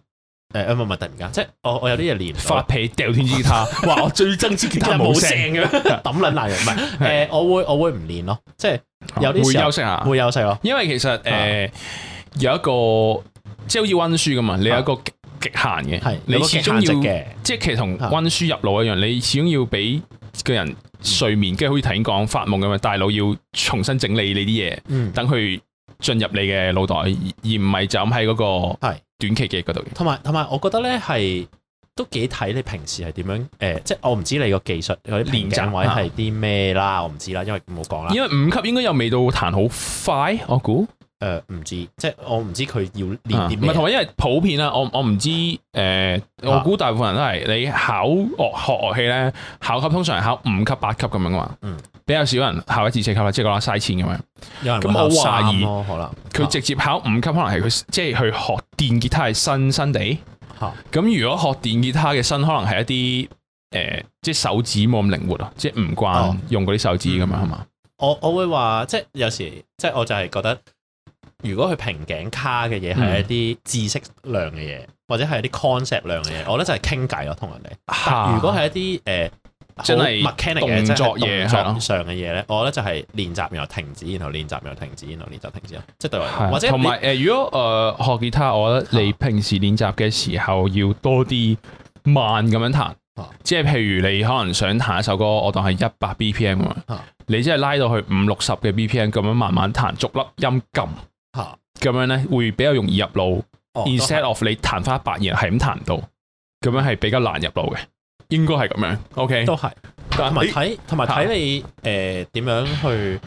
Speaker 2: 誒唔係唔係突然間，即係我我有啲嘢練唔到
Speaker 1: 發脾掉天支吉
Speaker 2: (laughs)
Speaker 1: 他，哇！我最憎支吉他冇聲嘅，
Speaker 2: 嘅， (laughs) 抌撚爛嘅，唔係誒，我會我會唔練咯，即係有啲
Speaker 1: 會
Speaker 2: 時候
Speaker 1: 休息下。
Speaker 2: 會啊有勢咯，
Speaker 1: 因為其實誒、呃有一個即係好似温書咁啊嘛，你有一個極極限嘅，
Speaker 2: 啊係
Speaker 1: 你始終
Speaker 2: 有個極限值
Speaker 1: 要
Speaker 2: 嘅
Speaker 1: 即係其實同
Speaker 2: 啊
Speaker 1: 温書入腦一樣，你始終要俾個人睡眠，跟住好似頭先講發夢咁樣，大腦要重新整理你啲嘢，
Speaker 2: 嗯，
Speaker 1: 等佢進入你嘅腦袋，而而唔係就咁喺嗰個
Speaker 2: 係
Speaker 1: 短期記憶嗰度嘅。
Speaker 2: 同埋同埋，我覺得咧係都幾睇你平時係點樣誒，即係我唔知你個技術嗰啲
Speaker 1: 練
Speaker 2: 練
Speaker 1: 習啊
Speaker 2: 習位係啲咩啦，我唔知啦，因為冇講啦，
Speaker 1: 因為五級應該又未到彈好快，我估。
Speaker 2: 誒呃唔知，即係我唔知佢要
Speaker 1: 啊
Speaker 2: 練啲
Speaker 1: 唔係同
Speaker 2: 咩，
Speaker 1: 埋，因為普遍啦，我我唔知誒、呃我
Speaker 2: 啊
Speaker 1: 估大部分人都係你考樂學樂器咧，考級通常係考五級八級咁樣噶嘛，
Speaker 2: 嗯
Speaker 1: 比較少人考一至四級啦，即係講話嘥錢咁樣。
Speaker 2: 有人
Speaker 1: 咁我懷
Speaker 2: 咁
Speaker 1: 疑
Speaker 2: 三咯，可能啊
Speaker 1: 佢直接考五級，可能係佢即係去學電吉他係新新地。
Speaker 2: 嚇
Speaker 1: 咁如果學電吉他嘅新，可能係一啲誒、呃即係手指冇咁靈活啊，即係唔慣
Speaker 2: 哦
Speaker 1: 用嗰啲手指咁樣係嘛？
Speaker 2: 我我會話，即係有時，即係我就係覺得，如果佢瓶頸卡嘅嘢
Speaker 1: 嗯
Speaker 2: 係一啲知識量嘅嘢，或者係一啲 concept 量嘅嘢，我覺得就係傾偈咯，同人哋。但啊如果係一啲誒好
Speaker 1: 真係
Speaker 2: mechanic 嘅
Speaker 1: 動
Speaker 2: 即係
Speaker 1: 作嘢係咯
Speaker 2: 動作上嘅嘢咧，我覺得就係練習然後停止，然後練習然後停止，然後練習停止咯。即係對我嚟
Speaker 1: 係啊
Speaker 2: 講，或者
Speaker 1: 同
Speaker 2: 你
Speaker 1: 埋誒，如果誒、呃、學吉他，我覺得你平時練習嘅時候要多啲慢咁樣彈
Speaker 2: 啊，
Speaker 1: 即係譬如你可能想彈一首歌，我當係一百 BPM 咁樣
Speaker 2: 啊，
Speaker 1: 你即係拉到去五六十嘅 BPM 咁樣慢慢彈，逐粒音撳
Speaker 2: 嚇
Speaker 1: 咁樣咧，會比較容易入腦。
Speaker 2: 哦
Speaker 1: Instead of 你彈翻一百，然後係咁彈唔到，咁樣係比較難入腦嘅，應該係咁樣。OK，
Speaker 2: 都係
Speaker 1: 但
Speaker 2: 同埋
Speaker 1: 你
Speaker 2: 睇同埋睇你誒點樣去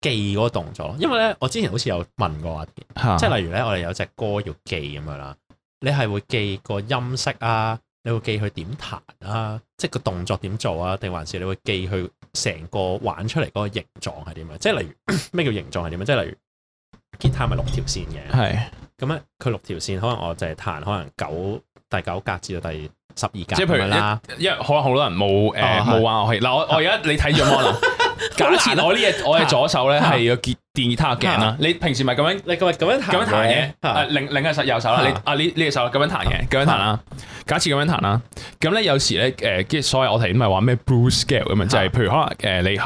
Speaker 2: 記嗰個動作咯。因為咧，我之前好似有問過阿田
Speaker 1: 嚇
Speaker 2: 即係例如咧，我哋有隻歌要記咁樣啦，你係會記個音色啊，你會記佢點彈啊，即係個動作點做啊，定還是你會記佢成個玩出嚟嗰個形狀係點樣？即係例如 (clears throat) 咩叫形狀係點樣？啊即係例如吉他咪六條線嘅，
Speaker 1: 係
Speaker 2: 咁咧佢六條線，可能我就係彈可能九第九格至到第十二格
Speaker 1: 即係譬
Speaker 2: 咁
Speaker 1: 如
Speaker 2: 樣啦，
Speaker 1: 因為可能好多人冇誒
Speaker 2: 哦係
Speaker 1: 冇玩樂器。嗱，我我而家你睇住 (laughs) 我啦。假設我呢嘢我嘅左手咧係個結電吉他嘅頸啦，你平時咪咁樣
Speaker 2: 你咁樣咁樣彈
Speaker 1: 咁樣啊彈嘅，啊
Speaker 2: 嚇
Speaker 1: 另另一手右手啦，
Speaker 2: 嚇
Speaker 1: 你啊呢呢隻手啦咁樣彈嘅，咁樣彈啦。假設咁樣彈啦，咁呃啊咧有時咧誒，跟住所謂我頭先咪話咩 blue scale 呃咁樣，就係譬如可能誒你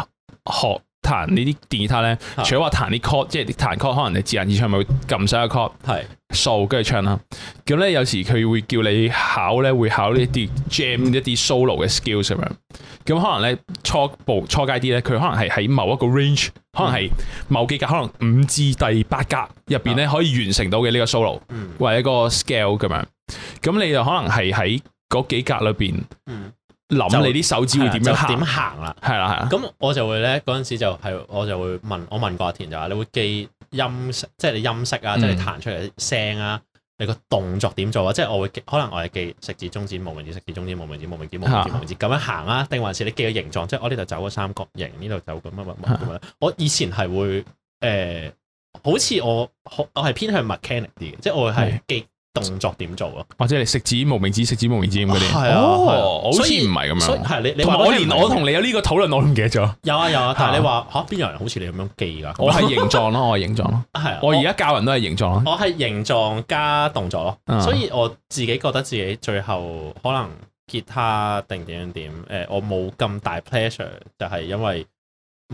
Speaker 1: 學彈呢啲電吉他咧，
Speaker 2: 啊
Speaker 1: 除咗話彈啲 chord，即係彈 chord 可能你自彈自唱咪會撳晒個 chord
Speaker 2: 係
Speaker 1: 數跟住唱啦。咁咧有時佢會叫你考咧，會考呢啲 jam 一啲 solo 嘅 skills 咁樣。咁可能咧初步初階啲咧，佢可能係喺某一個 range，可能係某幾格，可能五至第八格入邊咧可以完成到嘅呢個 solo，
Speaker 2: 嗯
Speaker 1: 或者一個 scale 咁樣。咁你就可能係喺嗰幾格裏邊
Speaker 2: 嗯
Speaker 1: 諗你啲手指啊會點樣
Speaker 2: 就
Speaker 1: 行
Speaker 2: 點，行啦。
Speaker 1: 係啦係啦。
Speaker 2: 咁我就會咧嗰陣時就係我就會問我問過阿田就話你會記音色，即係你音色啊，
Speaker 1: 嗯
Speaker 2: 即係你彈出嚟啲聲啊，你個動作點做啊？即係我會記可能我係記食指、中指、無名指、食指、中指、無名指、無名指、無名指、
Speaker 1: 嚇
Speaker 2: 無名指咁樣行啊，定還是你記個形狀？即係我呢度走個三角形，呢度走個乜乜乜咁樣。我以前係會誒，好似我我係偏向 mechanic 啲嘅，即係我會係
Speaker 1: 係
Speaker 2: 記動作點做咯。
Speaker 1: 或者你食指無名指食指無名指咁嗰啲，
Speaker 2: 係啊
Speaker 1: 哦
Speaker 2: 係啊
Speaker 1: 我好似
Speaker 2: 所以
Speaker 1: 唔係咁
Speaker 2: 所以
Speaker 1: 樣。
Speaker 2: 係你你
Speaker 1: 同埋
Speaker 2: 話
Speaker 1: 我
Speaker 2: 聽
Speaker 1: 連
Speaker 2: 唔
Speaker 1: 我
Speaker 2: 明
Speaker 1: 同你有呢個討論，我都唔記得咗。
Speaker 2: 有啊有啊，但係你話嚇邊有人好似你咁樣記㗎？
Speaker 1: 我 (laughs) 係形狀咯，我係形狀咯。
Speaker 2: 係啊
Speaker 1: 我而家教人都係形狀咯。
Speaker 2: 我係形狀加動作咯，
Speaker 1: 嗯
Speaker 2: 所以我自己覺得自己最後可能吉他定點樣點，誒、我冇咁大 pleasure，就係因為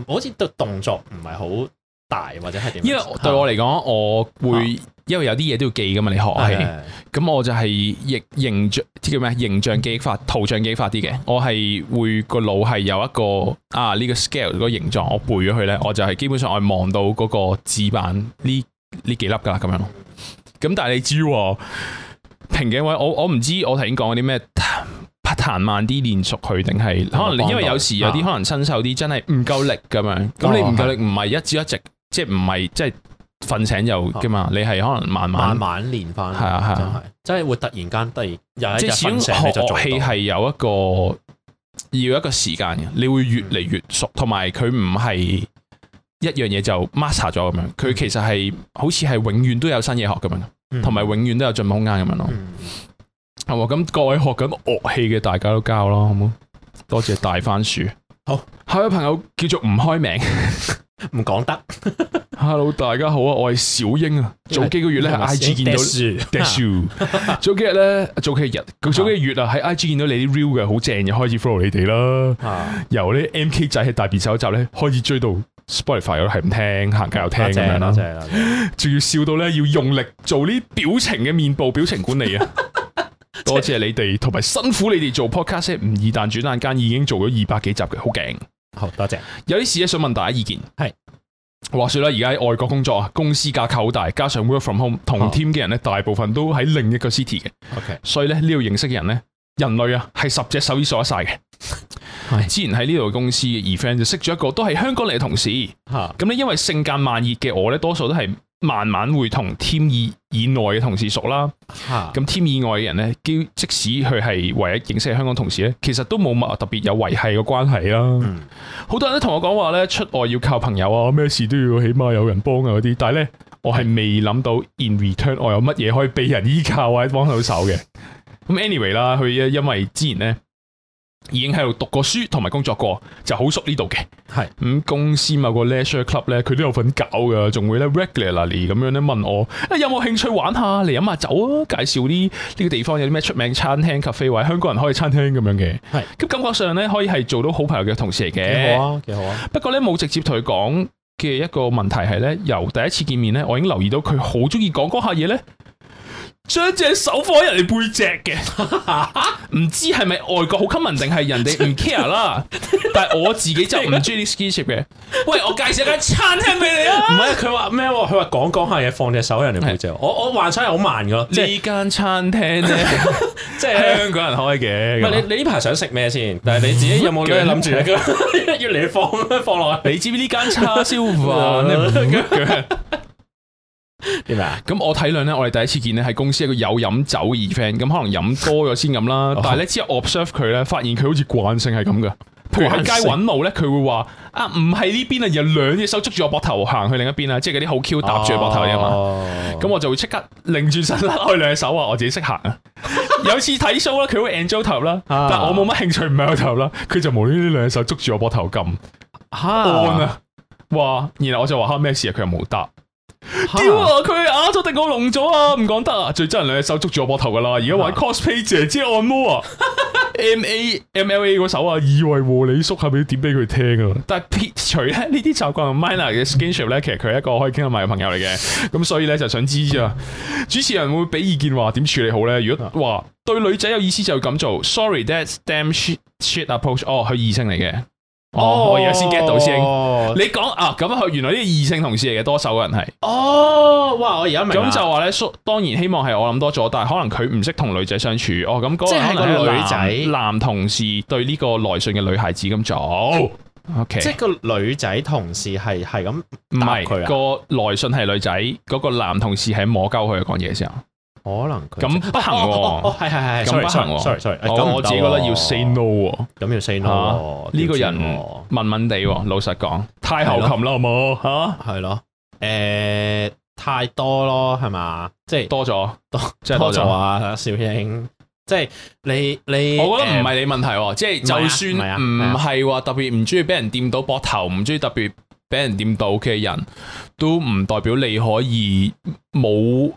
Speaker 2: 好似對動作唔係好大或者係點樣，
Speaker 1: 因為對我嚟講，我會因為有啲嘢都要記噶嘛，你學
Speaker 2: 係
Speaker 1: 係。
Speaker 2: 係
Speaker 1: 咁我就係形形象，即叫咩？形象記憶法、圖像記憶法啲嘅。我係會個腦係有一個啊呢個 scale 個形狀，我背咗佢咧，我就係基本上我係望到嗰個字板呢呢幾粒噶啦咁樣咯。咁但係你知喎，瓶頸位我我唔知我頭先講嗰啲咩彈彈慢啲練熟佢，定係可能你因為有時有啲可能新手啲真係唔夠力咁樣，咁你唔夠力唔係一朝一夕，即係唔係即係瞓醒就噶嘛，你係可能慢慢
Speaker 2: 慢。慢練翻，
Speaker 1: 係啊係啊
Speaker 2: 真係真係會突然間突然有一
Speaker 1: 即
Speaker 2: 日
Speaker 1: 係始
Speaker 2: 瞓
Speaker 1: 終
Speaker 2: 醒
Speaker 1: 學
Speaker 2: 你就做
Speaker 1: 樂器
Speaker 2: 到，
Speaker 1: 係有一個要有一個時間嘅，你會越嚟越熟，同埋佢唔係一樣嘢就 master 咗咁樣，佢其實係好似係永遠都有新嘢學咁樣，
Speaker 2: 嗯
Speaker 1: 同埋永遠都有進步空間咁樣咯。
Speaker 2: 嗯
Speaker 1: 係喎，咁各位學緊樂器嘅大家都交咯，好唔好？多謝大番薯。
Speaker 2: 好，
Speaker 1: 下一位朋友叫做唔開名。
Speaker 2: 唔
Speaker 1: (laughs)
Speaker 2: 講得，
Speaker 1: Hello，大家好啊，我係小英啊。早幾個月咧喺 IG 見到。Dash
Speaker 2: (laughs)
Speaker 1: you 早幾日咧，早幾日，早幾個月啊，喺 IG 見到你啲 real 嘅，好正嘅，開始 follow 你哋啦。
Speaker 2: 啊
Speaker 1: 由呢 MK 仔喺大便手集咧，開始追到 Spotify 又係唔聽，行街又聽咁
Speaker 2: 多謝
Speaker 1: 樣
Speaker 2: 多
Speaker 1: 啦，
Speaker 2: 謝多謝
Speaker 1: 仲要笑到咧要用力做呢啲表情嘅面部表情管
Speaker 2: (laughs)
Speaker 1: 理啊！多謝你哋，同埋辛苦你哋做 podcast 唔易，但轉眼間已經做咗二百幾集嘅，好勁！
Speaker 2: 好多謝，
Speaker 1: 有啲事咧想問大家意見。
Speaker 2: 係
Speaker 1: 話說啦，而家喺外國工作啊，公司架構好大，加上 work from home，同
Speaker 2: 哦
Speaker 1: team 嘅人咧大部分都喺另一個 city 嘅。
Speaker 2: OK
Speaker 1: 所以咧呢度認識嘅人咧，人類啊係十隻手指數得晒嘅。
Speaker 2: 係
Speaker 1: 之前喺呢度公司嘅 event 就識咗一個都係香港嚟嘅同事，咁
Speaker 2: 嚇
Speaker 1: 咧因為性格慢熱嘅我咧，多數都係慢慢會同 team 以以內嘅同事熟啦。
Speaker 2: 嚇
Speaker 1: 咁 team 以外嘅人咧，基即使佢係唯一認識嘅香港同事咧，其實都冇乜特別有維係嘅關係啦。
Speaker 2: 嗯
Speaker 1: 好、多人都同我講話咧，出外要靠朋友啊，咩事都要起碼有人幫啊嗰啲，但係咧我係未諗到 in return 我有乜嘢可以俾人依靠或者幫到手嘅。咁 anyway 啦，佢因為之前咧已經喺度讀過書同埋工作過，就好熟呢度嘅。
Speaker 2: 係
Speaker 1: 咁、公司某個 leisure club 咧，佢都有份搞噶，仲會咧 regularly 咁樣咧問我，啊有冇興趣玩下嚟飲下酒啊？介紹啲呢個地方有啲咩出名餐廳、咖啡或者香港人開嘅餐廳咁樣嘅。
Speaker 2: 係
Speaker 1: 咁感覺上咧可以係做到好朋友嘅同事嚟嘅。
Speaker 2: 幾好啊幾好啊
Speaker 1: 不過咧冇直接同佢講嘅一個問題係咧，由第一次見面咧，我已經留意到佢好中意講嗰下嘢咧，將隻手放喺人哋背脊嘅， (laughs) 唔知係咪外國好 common 定係人 (laughs) 哋唔 care 啦？但係我自己就唔中意啲 ski ship 嘅。喂，我介紹間餐廳俾你
Speaker 2: 唔
Speaker 1: 啊！
Speaker 2: 係，佢話咩喎？佢話講講下嘢，放隻手喺人哋背脊。我我幻想係好慢噶，即係
Speaker 1: 呢間餐廳 (laughs) 咧，
Speaker 2: 即係。
Speaker 1: 香港人開嘅。
Speaker 2: 唔係你你呢排想食咩先？但係你自己有冇咧 (laughs)
Speaker 1: 腳
Speaker 2: 諗住咧？ (laughs) 越嚟越放放落去
Speaker 1: 你知唔知呢間叉燒飯 (laughs) 咧？
Speaker 2: 點啊？
Speaker 1: 咁我體諒咧，我哋第一次見咧係公司一個有飲酒嘅 event，咁可能飲多咗先咁啦
Speaker 2: 哦。
Speaker 1: 但係咧之後 observe 佢咧，發現佢好似慣性係咁嘅。譬如喺街揾路咧，佢會話啊唔係呢邊啊，而係兩隻手捉住我膊頭行去另一邊啊，即係嗰啲好 Q 搭住我膊頭嘅
Speaker 2: 啊哦
Speaker 1: 嘛。
Speaker 2: 嘛
Speaker 1: 咁我就會即刻擰轉身甩開兩隻手啊，我自己識行
Speaker 2: (laughs)
Speaker 1: 啊。有次睇 show 啦，佢會 enjoy 投入啦，
Speaker 2: 啊
Speaker 1: 但我冇乜興趣唔係我投入啦，佢就無端端兩隻手捉住我膊頭撳按啊，哇！然後我就話嚇咩事啊，佢又冇答。屌啊！佢啞咗定我聾咗啊？唔講得啊！最憎人兩隻手捉住我膊頭噶啦，而家玩 cosplay 姐姐按摩啊！ M A (laughs) M L A 嗰首啊，以為和你叔係咪要點俾佢聽啊？但係撇除咧呢啲習慣同 minor 嘅 skinship 咧，其實佢係一個可以傾得埋嘅朋友嚟嘅。咁所以咧就想知啊，主持人會俾意見話點處理好咧？如果話對女仔有意思就要咁做，sorry that's damn shit shit approach。哦，佢異性嚟嘅。哦，我而家先 get 到先。
Speaker 2: 哦
Speaker 1: 你講啊，咁佢原來呢個異性同事嚟嘅，多數嘅人係。
Speaker 2: 哦，哇！我而家明啦
Speaker 1: 咁就話咧，叔當然希望係我諗多咗，但係可能佢唔識同女仔相處。哦，咁嗰
Speaker 2: 即
Speaker 1: 個
Speaker 2: 係
Speaker 1: 可
Speaker 2: 個
Speaker 1: 能係
Speaker 2: 女仔
Speaker 1: 男男同事對呢個來信嘅女孩子咁哦做。O K，
Speaker 2: 即係個女仔同事係係咁
Speaker 1: 唔
Speaker 2: 答
Speaker 1: 係
Speaker 2: 佢啊
Speaker 1: 個來信係女仔，嗰個男同事係摸鳩佢講嘢嘅時候，
Speaker 2: 可能 (laughs) 佢
Speaker 1: 咁不行
Speaker 2: 哦哦
Speaker 1: 喎。
Speaker 2: 係係係係
Speaker 1: 咁不行
Speaker 2: sorry
Speaker 1: 喎
Speaker 2: sorry sorry，
Speaker 1: 我我自己覺得要 say no 喎，
Speaker 2: 咁要 say no
Speaker 1: 啊
Speaker 2: 喎
Speaker 1: 呢個
Speaker 2: 哦點
Speaker 1: 人
Speaker 2: 知喎
Speaker 1: 問問地喎，老實講，太後擒啦，好冇吓
Speaker 2: 係咯，誒太多咯係嘛？即係
Speaker 1: 多咗
Speaker 2: 多
Speaker 1: 真係多咗
Speaker 2: 咗。啊，小英，即係你你
Speaker 1: 我覺得唔
Speaker 2: 誒
Speaker 1: 係你問題喎，即係
Speaker 2: 唔係啊
Speaker 1: 就
Speaker 2: 唔係啊
Speaker 1: 算
Speaker 2: 唔係啊
Speaker 1: 唔係話特別唔中意俾人掂到膊頭，唔中意特別俾人掂到嘅人，都唔代表你可以冇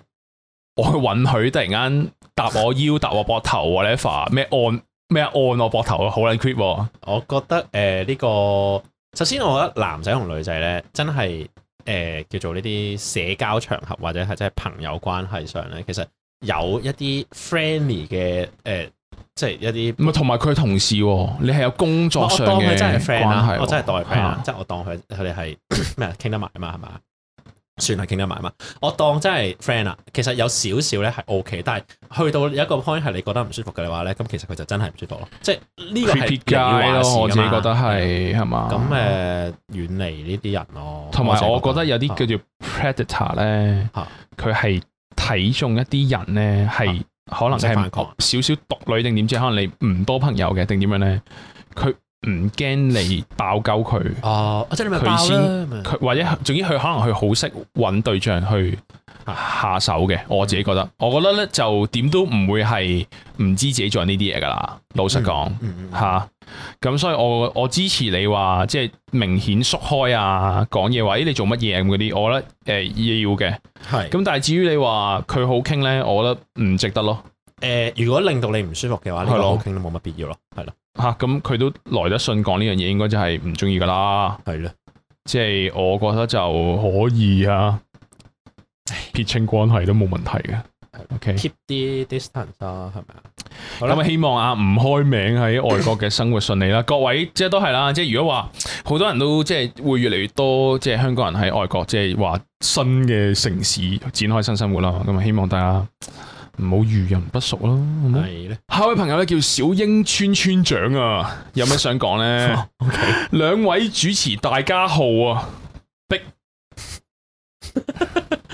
Speaker 1: 我去允許突然間搭我腰、搭我膊頭 whatever 咩按咩按我膊頭啊，好撚 creep 喎。
Speaker 2: 我覺得誒呢、個首先，我覺得男仔同女仔咧，真係誒、呃叫做呢啲社交場合或者係即係朋友關係上咧，其實有一啲 friendly 嘅誒、呃即係一啲
Speaker 1: 唔係同埋佢係同事喎，你係有工
Speaker 2: 我
Speaker 1: 作
Speaker 2: 我
Speaker 1: 上
Speaker 2: 當
Speaker 1: 嘅
Speaker 2: 佢真
Speaker 1: 關
Speaker 2: 係 friend 啦
Speaker 1: 係，喎，
Speaker 2: 我真係當佢 friend 啦
Speaker 1: 啊，
Speaker 2: 即係我當佢佢哋係 (clears throat) 咩傾得埋啊嘛，係嘛？算係傾得埋嘛，我當真係 friend 啦。其實有少少咧係 OK，但係去到有一個 point 係你覺得唔舒服嘅話咧，咁其實佢就真係唔舒服咯。即係呢個係
Speaker 1: creepy
Speaker 2: 你話
Speaker 1: guy
Speaker 2: 事㗎
Speaker 1: 咯，我自己
Speaker 2: 嘛啊
Speaker 1: 覺得係係嘛。
Speaker 2: 咁誒、呃、遠離呢啲人咯。
Speaker 1: 同埋我
Speaker 2: 成
Speaker 1: 覺
Speaker 2: 日
Speaker 1: 得有啲叫做 predator 咧
Speaker 2: 啊，
Speaker 1: 佢係睇中一啲人咧，係可能
Speaker 2: 唔識
Speaker 1: 係
Speaker 2: 反抗
Speaker 1: 少少獨女定點知，可能你唔多朋友嘅定點樣咧，佢唔驚你爆鳩佢，
Speaker 2: 哦，即係你咪
Speaker 1: 佢
Speaker 2: 爆
Speaker 1: 先
Speaker 2: 啦咁樣
Speaker 1: 佢或者總之佢可能佢好識揾對象去
Speaker 2: 啊
Speaker 1: 下手嘅。我自己覺
Speaker 2: 嗯
Speaker 1: 得，我覺得咧就點都唔會係唔知自己做緊呢啲嘢噶啦。老實講。
Speaker 2: 嗯嗯
Speaker 1: 吓，咁、所以我我支持你話即係明顯縮開啊，講嘢話咦你做乜嘢咁嗰啲，我覺得誒、要嘅。
Speaker 2: 係咁
Speaker 1: 咁但係至於你話佢好傾咧，我覺得唔值得咯。
Speaker 2: 誒，如果令到你唔舒服嘅話，呢
Speaker 1: 係
Speaker 2: 個好
Speaker 1: 咯
Speaker 2: 傾都冇乜必要咯，係咯，
Speaker 1: 吓，咁佢都來得信講呢樣嘢，應該就係唔中意噶啦。
Speaker 2: 係咯，
Speaker 1: 即係我覺得就可以啊，撇清關係都冇問題嘅。OK，
Speaker 2: keep 啲 distance 啦，係咪啊？好啦
Speaker 1: 咁啊，希望啊唔開名喺外國嘅生活順利啦。各位即係都係啦，即係如果話好多人都即係會越嚟越多，即係香港人喺外國即係話新嘅城市展開新生活啦。 (laughs) 咁啊，希望大家唔好遇人不淑啦，好冇？(laughs)
Speaker 2: 係咧，
Speaker 1: 下一位朋友咧叫小英村村長啊，有咩想講 (laughs) 呢？兩位主持大家好啊，逼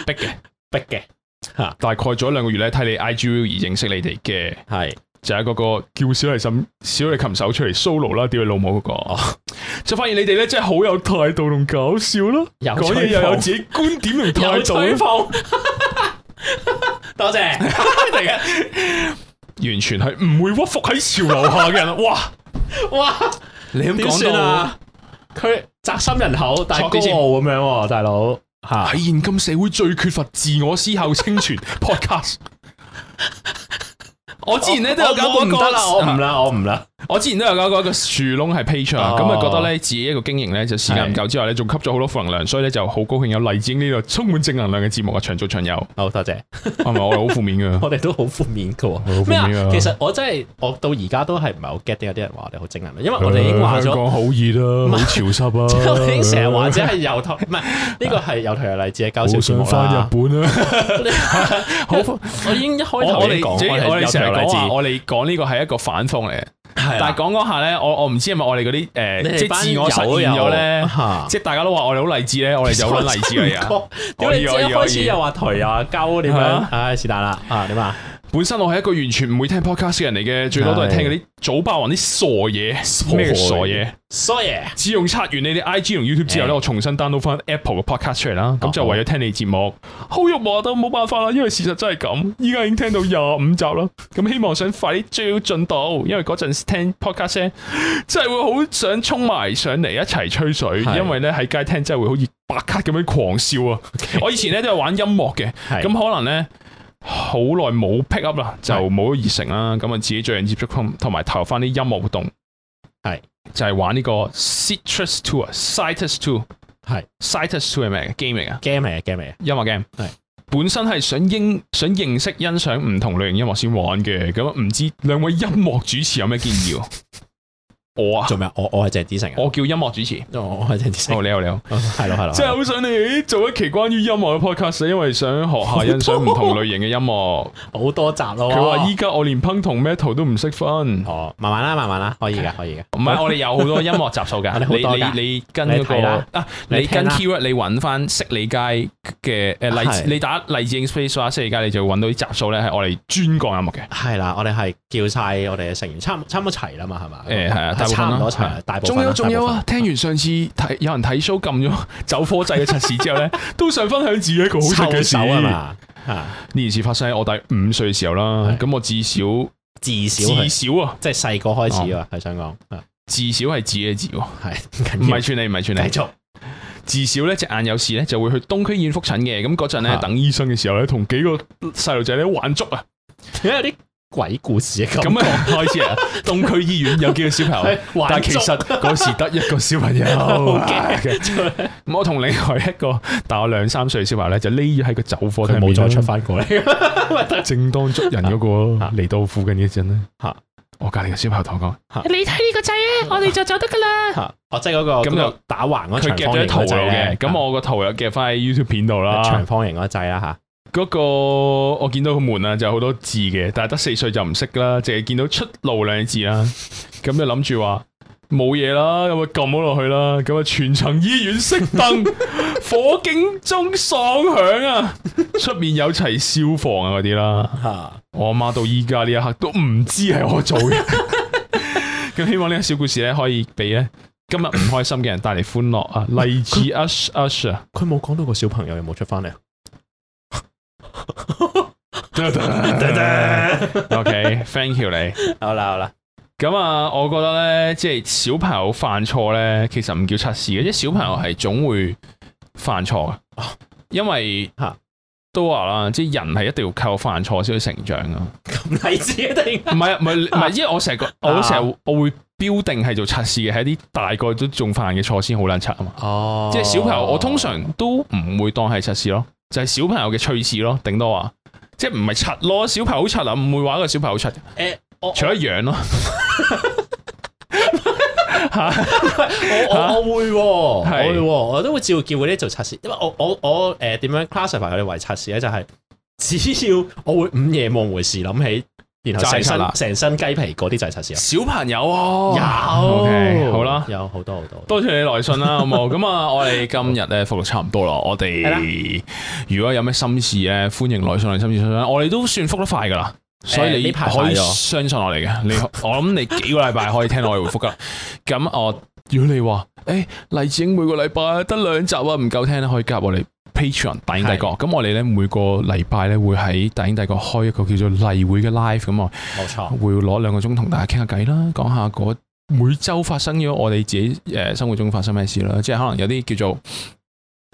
Speaker 1: 逼嘅，
Speaker 2: 逼嘅
Speaker 1: 大概咗兩個月咧，睇你 IG 而認識你哋嘅。
Speaker 2: 係
Speaker 1: 就係嗰個叫小提琴小提琴手出嚟 solo 啦，屌你老母嗰、個，
Speaker 2: 哦
Speaker 1: 就發現你哋咧真係好有態度同搞笑啦，
Speaker 2: 有
Speaker 1: 講嘢
Speaker 2: 吹
Speaker 1: 又有
Speaker 2: 捧
Speaker 1: 自己觀點同態度
Speaker 2: 有吹
Speaker 1: 啦，
Speaker 2: (laughs) 多謝，
Speaker 1: 完全係唔會屈服喺潮流下嘅人，哇！
Speaker 2: (laughs) 哇，
Speaker 1: 你咁
Speaker 2: 點
Speaker 1: 講
Speaker 2: 算
Speaker 1: 到
Speaker 2: 啊？佢宅心仁口，但係
Speaker 1: 坐啲先
Speaker 2: 高傲咁樣喎，大佬嚇
Speaker 1: 喺，現今社會最缺乏自我思考清泉 podcast。我之前咧都有搞過一個
Speaker 2: 我唔得啦，我唔啦，我唔啦，
Speaker 1: 我之前都有搞過一個樹窿係 page 啊，
Speaker 2: 哦
Speaker 1: 咁啊覺得咧自己一個經營咧就時間唔夠之外咧，仲吸咗好多負能量，所以咧就好高興有黎智英呢個充滿正能量嘅節目啊，長做長有，
Speaker 2: 好多謝。
Speaker 1: (laughs) 係咪我哋好負面噶？
Speaker 2: 我哋都好負面嘅
Speaker 1: 好
Speaker 2: 喎。
Speaker 1: 負
Speaker 2: 咩
Speaker 1: 面啊
Speaker 2: 啊？其實我真係我到而家都係唔係好 get 啲有啲人話我哋好正能量，因為 (laughs) 我哋已經話
Speaker 1: 香
Speaker 2: 咗， (laughs)
Speaker 1: 港好熱啊，
Speaker 2: 係
Speaker 1: 好潮濕
Speaker 2: (laughs) 我哋已經成日
Speaker 1: 啊，
Speaker 2: 話者係有
Speaker 1: (laughs)
Speaker 2: 台，唔係呢個係有台嘅例子嘅搞笑
Speaker 1: 好
Speaker 2: 節
Speaker 1: 想
Speaker 2: 目
Speaker 1: 翻日
Speaker 2: 啦。
Speaker 1: 本啊！
Speaker 2: 好， (laughs) 我已經一開
Speaker 1: 我
Speaker 2: 頭
Speaker 1: 我
Speaker 2: 已
Speaker 1: 哋
Speaker 2: 經講
Speaker 1: 即係
Speaker 2: 係
Speaker 1: 我
Speaker 2: 有
Speaker 1: 哋成日
Speaker 2: 台
Speaker 1: 講
Speaker 2: 嘅例
Speaker 1: 話，
Speaker 2: 子，
Speaker 1: 我哋講呢個係一個反諷嚟嘅，但
Speaker 2: 但
Speaker 1: 係講嗰下咧，我我唔知係咪我哋嗰啲誒即係自我實現咗咧，即係大家都話我哋好勵志咧，我哋就好勵 (laughs) 志嚟啊！
Speaker 2: 屌
Speaker 1: 可
Speaker 2: 你
Speaker 1: 以
Speaker 2: 即
Speaker 1: 可
Speaker 2: 係
Speaker 1: 以
Speaker 2: 一開始
Speaker 1: 可以
Speaker 2: 又話台又話鳩點
Speaker 1: 係
Speaker 2: 樣
Speaker 1: 啊？
Speaker 2: 唉，是但啦啊點啊？
Speaker 1: 本身我係一個完全唔會聽 podcast 嘅人嚟嘅，最多都係聽嗰啲早霸王啲傻嘢，咩叫傻嘢？
Speaker 2: 所以
Speaker 1: 自從刷完你哋 IG 同 YouTube 之後咧，
Speaker 2: 嗯
Speaker 1: 我重新 download 翻 Apple 嘅 podcast 出嚟啦，咁就為咗聽你哋節目，好肉麻都冇辦法啦，因為事實真係咁，依家已經聽到廿五集啦，咁希望想快啲追到進度，因為嗰陣聽 podcast 咧，真係會好想衝埋上嚟一齊吹水，
Speaker 2: 係
Speaker 1: 因為咧喺街聽真係會好似白卡咁樣狂笑啊！我以前咧都有玩音樂嘅。
Speaker 2: 係
Speaker 1: 咁可能咧，好耐冇 pick up 啦，就冇咗熱誠啦。咁啊，自己最近接觸同同埋投入翻啲音樂活動，
Speaker 2: 係
Speaker 1: 就係玩呢個 Citrus Two 啊，Citrus Two
Speaker 2: 係
Speaker 1: Citrus Two 係咩 game 嚟嘅？
Speaker 2: game 嚟嘅 game 嚟嘅，
Speaker 1: 音樂 game
Speaker 2: 係
Speaker 1: 本身係想應想認識欣賞唔同類型音樂先玩嘅，咁啊唔知兩位音樂主持有咩建議喎？
Speaker 2: (laughs)
Speaker 1: 我啊，
Speaker 2: 做咩？我我係鄭子成啊，
Speaker 1: 我叫音樂主持。
Speaker 2: 我我係啊鄭子成
Speaker 1: 好，，你好，你好。
Speaker 2: 係咯係咯，
Speaker 1: 哦即係好想你做一期關於音樂嘅 podcast，因為想學下欣賞唔同類型嘅音樂。
Speaker 2: 好多集咯。
Speaker 1: 佢話依家我連 punk 同 metal 都唔識分，唔
Speaker 2: 哦，慢慢啦，慢慢啦，可以噶，可以噶。
Speaker 1: 係我哋有好多音樂集數㗎。
Speaker 2: (laughs) 我哋好多㗎
Speaker 1: 你你你跟嗰
Speaker 2: 你睇啦
Speaker 1: 個啊，你
Speaker 2: 你聽
Speaker 1: 跟
Speaker 2: 啦啊
Speaker 1: keyword，你揾翻悉里街嘅誒荔
Speaker 2: 係
Speaker 1: 你打荔枝 space 話悉里街，你就會揾到啲集數咧係我哋專講音樂嘅。
Speaker 2: 係啦，我哋係叫晒我哋嘅成員，差唔差唔多齊啦嗯嘛，係嘛？
Speaker 1: 誒係啊，大部分
Speaker 2: 差唔
Speaker 1: 啦
Speaker 2: 多齊啦，大部分
Speaker 1: 仲
Speaker 2: 啦
Speaker 1: 有仲有啊！！
Speaker 2: 大部
Speaker 1: 聽完上次睇有人睇 show 撳咗走火掣嘅測試之後咧，都想分享自己一個好食
Speaker 2: 分
Speaker 1: 嘅
Speaker 2: 抽
Speaker 1: 事
Speaker 2: 手啊嘛，啊，
Speaker 1: 呢件事發生喺我第五歲嘅時候啦，
Speaker 2: 係
Speaker 1: 咁我至少
Speaker 2: 至少
Speaker 1: 至
Speaker 2: 係
Speaker 1: 少啊，
Speaker 2: 即係細個開始啊，係想講啊，
Speaker 1: 至少係自己嘅字喎，
Speaker 2: 係唔
Speaker 1: 唔
Speaker 2: 緊要
Speaker 1: 係，串你，唔係串你
Speaker 2: (laughs) 繼，續
Speaker 1: 至少咧隻眼有事咧就會去東區醫院覆診嘅，咁嗰陣咧
Speaker 2: 啊
Speaker 1: 等醫生嘅時候咧，同幾個細路仔咧玩捉啊，
Speaker 2: 點解有啲鬼故事嘅
Speaker 1: 咁啊 (laughs) 開始啊，東區醫院有幾個小朋友。
Speaker 2: 咁？
Speaker 1: 但係其實嗰時得一個小朋友，
Speaker 2: 好驚 (laughs)
Speaker 1: 咁我同另外一個大我兩三歲嘅小朋友咧，就匿咗喺個走火廳
Speaker 2: 佢冇再出
Speaker 1: 面啦
Speaker 2: 翻過嚟，
Speaker 1: (laughs) 正當捉人嗰個
Speaker 2: 啊
Speaker 1: 嚟到附近嘅陣咧
Speaker 2: 啊，
Speaker 1: 我隔離嘅小朋友同我
Speaker 2: 啊
Speaker 1: 講：你睇呢個掣啊，我哋就走得噶啦。
Speaker 2: 嚇哦，即係嗰個
Speaker 1: 咁就
Speaker 2: 嗰個打橫
Speaker 1: 佢
Speaker 2: 嗰長
Speaker 1: 夾咗
Speaker 2: 方形
Speaker 1: 啲圖
Speaker 2: 嗰
Speaker 1: 路嘅，
Speaker 2: 掣
Speaker 1: 咁我個圖又夾翻喺 YouTube 片度
Speaker 2: 啊長
Speaker 1: 啦。
Speaker 2: 方形嗰掣啦嚇。
Speaker 1: 嗰個我見到個門啊，就有好多字嘅，但係得四歲就唔識啦，淨係見到出路兩字啦。 (laughs) 咁就諗住話冇嘢啦，咁啊撳咗落去啦，咁啊全層醫院熄燈，火警鐘喪響啊！出面有齊消防啊嗰啲啦。
Speaker 2: 嚇
Speaker 1: 我阿媽到依家呢一刻都唔知係我做嘅。 (laughs) 咁希望呢個小故事咧，可以俾咧今日唔開心嘅人帶嚟歡樂啊！勵志 ush ush 啊！
Speaker 2: 佢冇講到個小朋友有冇出翻嚟啊？
Speaker 1: OK，thank you 你。
Speaker 2: (laughs) 好啦好啦，
Speaker 1: 咁啊，我覺得咧，即係小朋友犯錯咧，其實唔叫測試嘅，即係小朋友係總會犯錯嘅，因為
Speaker 2: 嚇
Speaker 1: 都話啦，即係人係一定要靠犯錯先去成長噶。
Speaker 2: 咁勵志啊！突然間
Speaker 1: 唔係唔 (laughs) 係唔係，因為我成日覺我成日我會標定係做測試嘅，係一啲大個都仲犯嘅錯先好難測啊嘛。
Speaker 2: 哦，
Speaker 1: 即係小朋友，我通
Speaker 2: (laughs)
Speaker 1: 常都唔會當係測試咯，就係、小朋友嘅趣事咯，頂多話。即係唔係柒咯，小朋友好柒啊，唔會話一個小朋友好柒，
Speaker 2: 誒，我
Speaker 1: 除咗樣咯，
Speaker 2: 我我我會喎，我
Speaker 1: 係
Speaker 2: 會喎，我都會照叫嗰啲做測試，因為我我我誒點樣 classify 佢哋為測試咧，就係只要我會午夜夢回時諗起，然後
Speaker 1: 就係
Speaker 2: 成
Speaker 1: 測
Speaker 2: 身
Speaker 1: 啦
Speaker 2: 成身雞皮嗰啲就係測試啦。
Speaker 1: 小朋友啊，OK，
Speaker 2: 有
Speaker 1: 好啦
Speaker 2: 哦有好多好多。
Speaker 1: 多謝你來信啦，好冇？咁啊，我哋今日咧服到差唔多啦，我
Speaker 2: 係
Speaker 1: 哋如果有咩心事咧，歡迎來信嚟啊心事信箱，我哋都算覆得快噶啦。所以
Speaker 2: 誒
Speaker 1: 你
Speaker 2: 呢排
Speaker 1: 可以
Speaker 2: 快咗
Speaker 1: 相信我哋嘅，你 (laughs) 我諗你幾個禮拜可以聽到我哋回覆噶啦。咁我如果你話，誒黎智英每個禮拜得兩集啊，唔夠聽咧，可以加入我哋 Patreon 大英帝國。咁我哋咧每個禮拜咧會喺大英帝國開一個叫做例會嘅 live 咁啊，
Speaker 2: 冇錯，
Speaker 1: 會攞兩個鐘同大家傾下偈啦，講下嗰每週發生咗我哋自己誒、呃生活中發生咩事啦，即係可能有啲叫做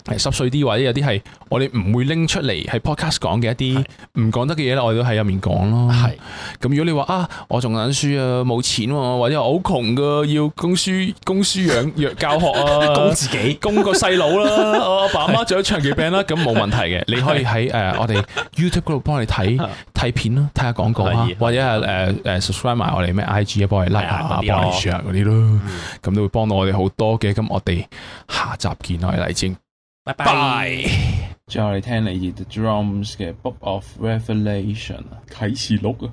Speaker 1: 誒濕碎啲，或者有啲係我哋唔會拎出嚟喺 podcast 講嘅一啲唔講得嘅嘢咧，我哋都喺入面講咯。
Speaker 2: 係
Speaker 1: 咁，如果你話啊，我仲緊書啊，冇錢喎、或者我好窮噶，要供書供書養養教學啊，
Speaker 2: (laughs) 供自己
Speaker 1: 供個細佬啦， (laughs) 我阿爸阿媽仲有長期病啦，咁冇問題嘅，你可以
Speaker 2: (laughs)
Speaker 1: 喺誒、呃我哋 YouTube 嗰度幫你睇
Speaker 2: 啊
Speaker 1: 睇片啦，睇下廣告啊
Speaker 2: 可以，
Speaker 1: 或者係誒誒 subscribe 埋我哋咩 IG 啊，幫你 like
Speaker 2: 係
Speaker 1: 啊幫
Speaker 2: 啊，嗰
Speaker 1: 你
Speaker 2: 啲咯嗯
Speaker 1: share 嗰啲咯，咁都會幫到我哋好多嘅。咁我哋下集見啦，我係黎晶，
Speaker 2: 拜
Speaker 1: 拜。
Speaker 3: 最後你聽嚟自 The Drums 嘅《Book of Revelation》啊，啟示錄啊。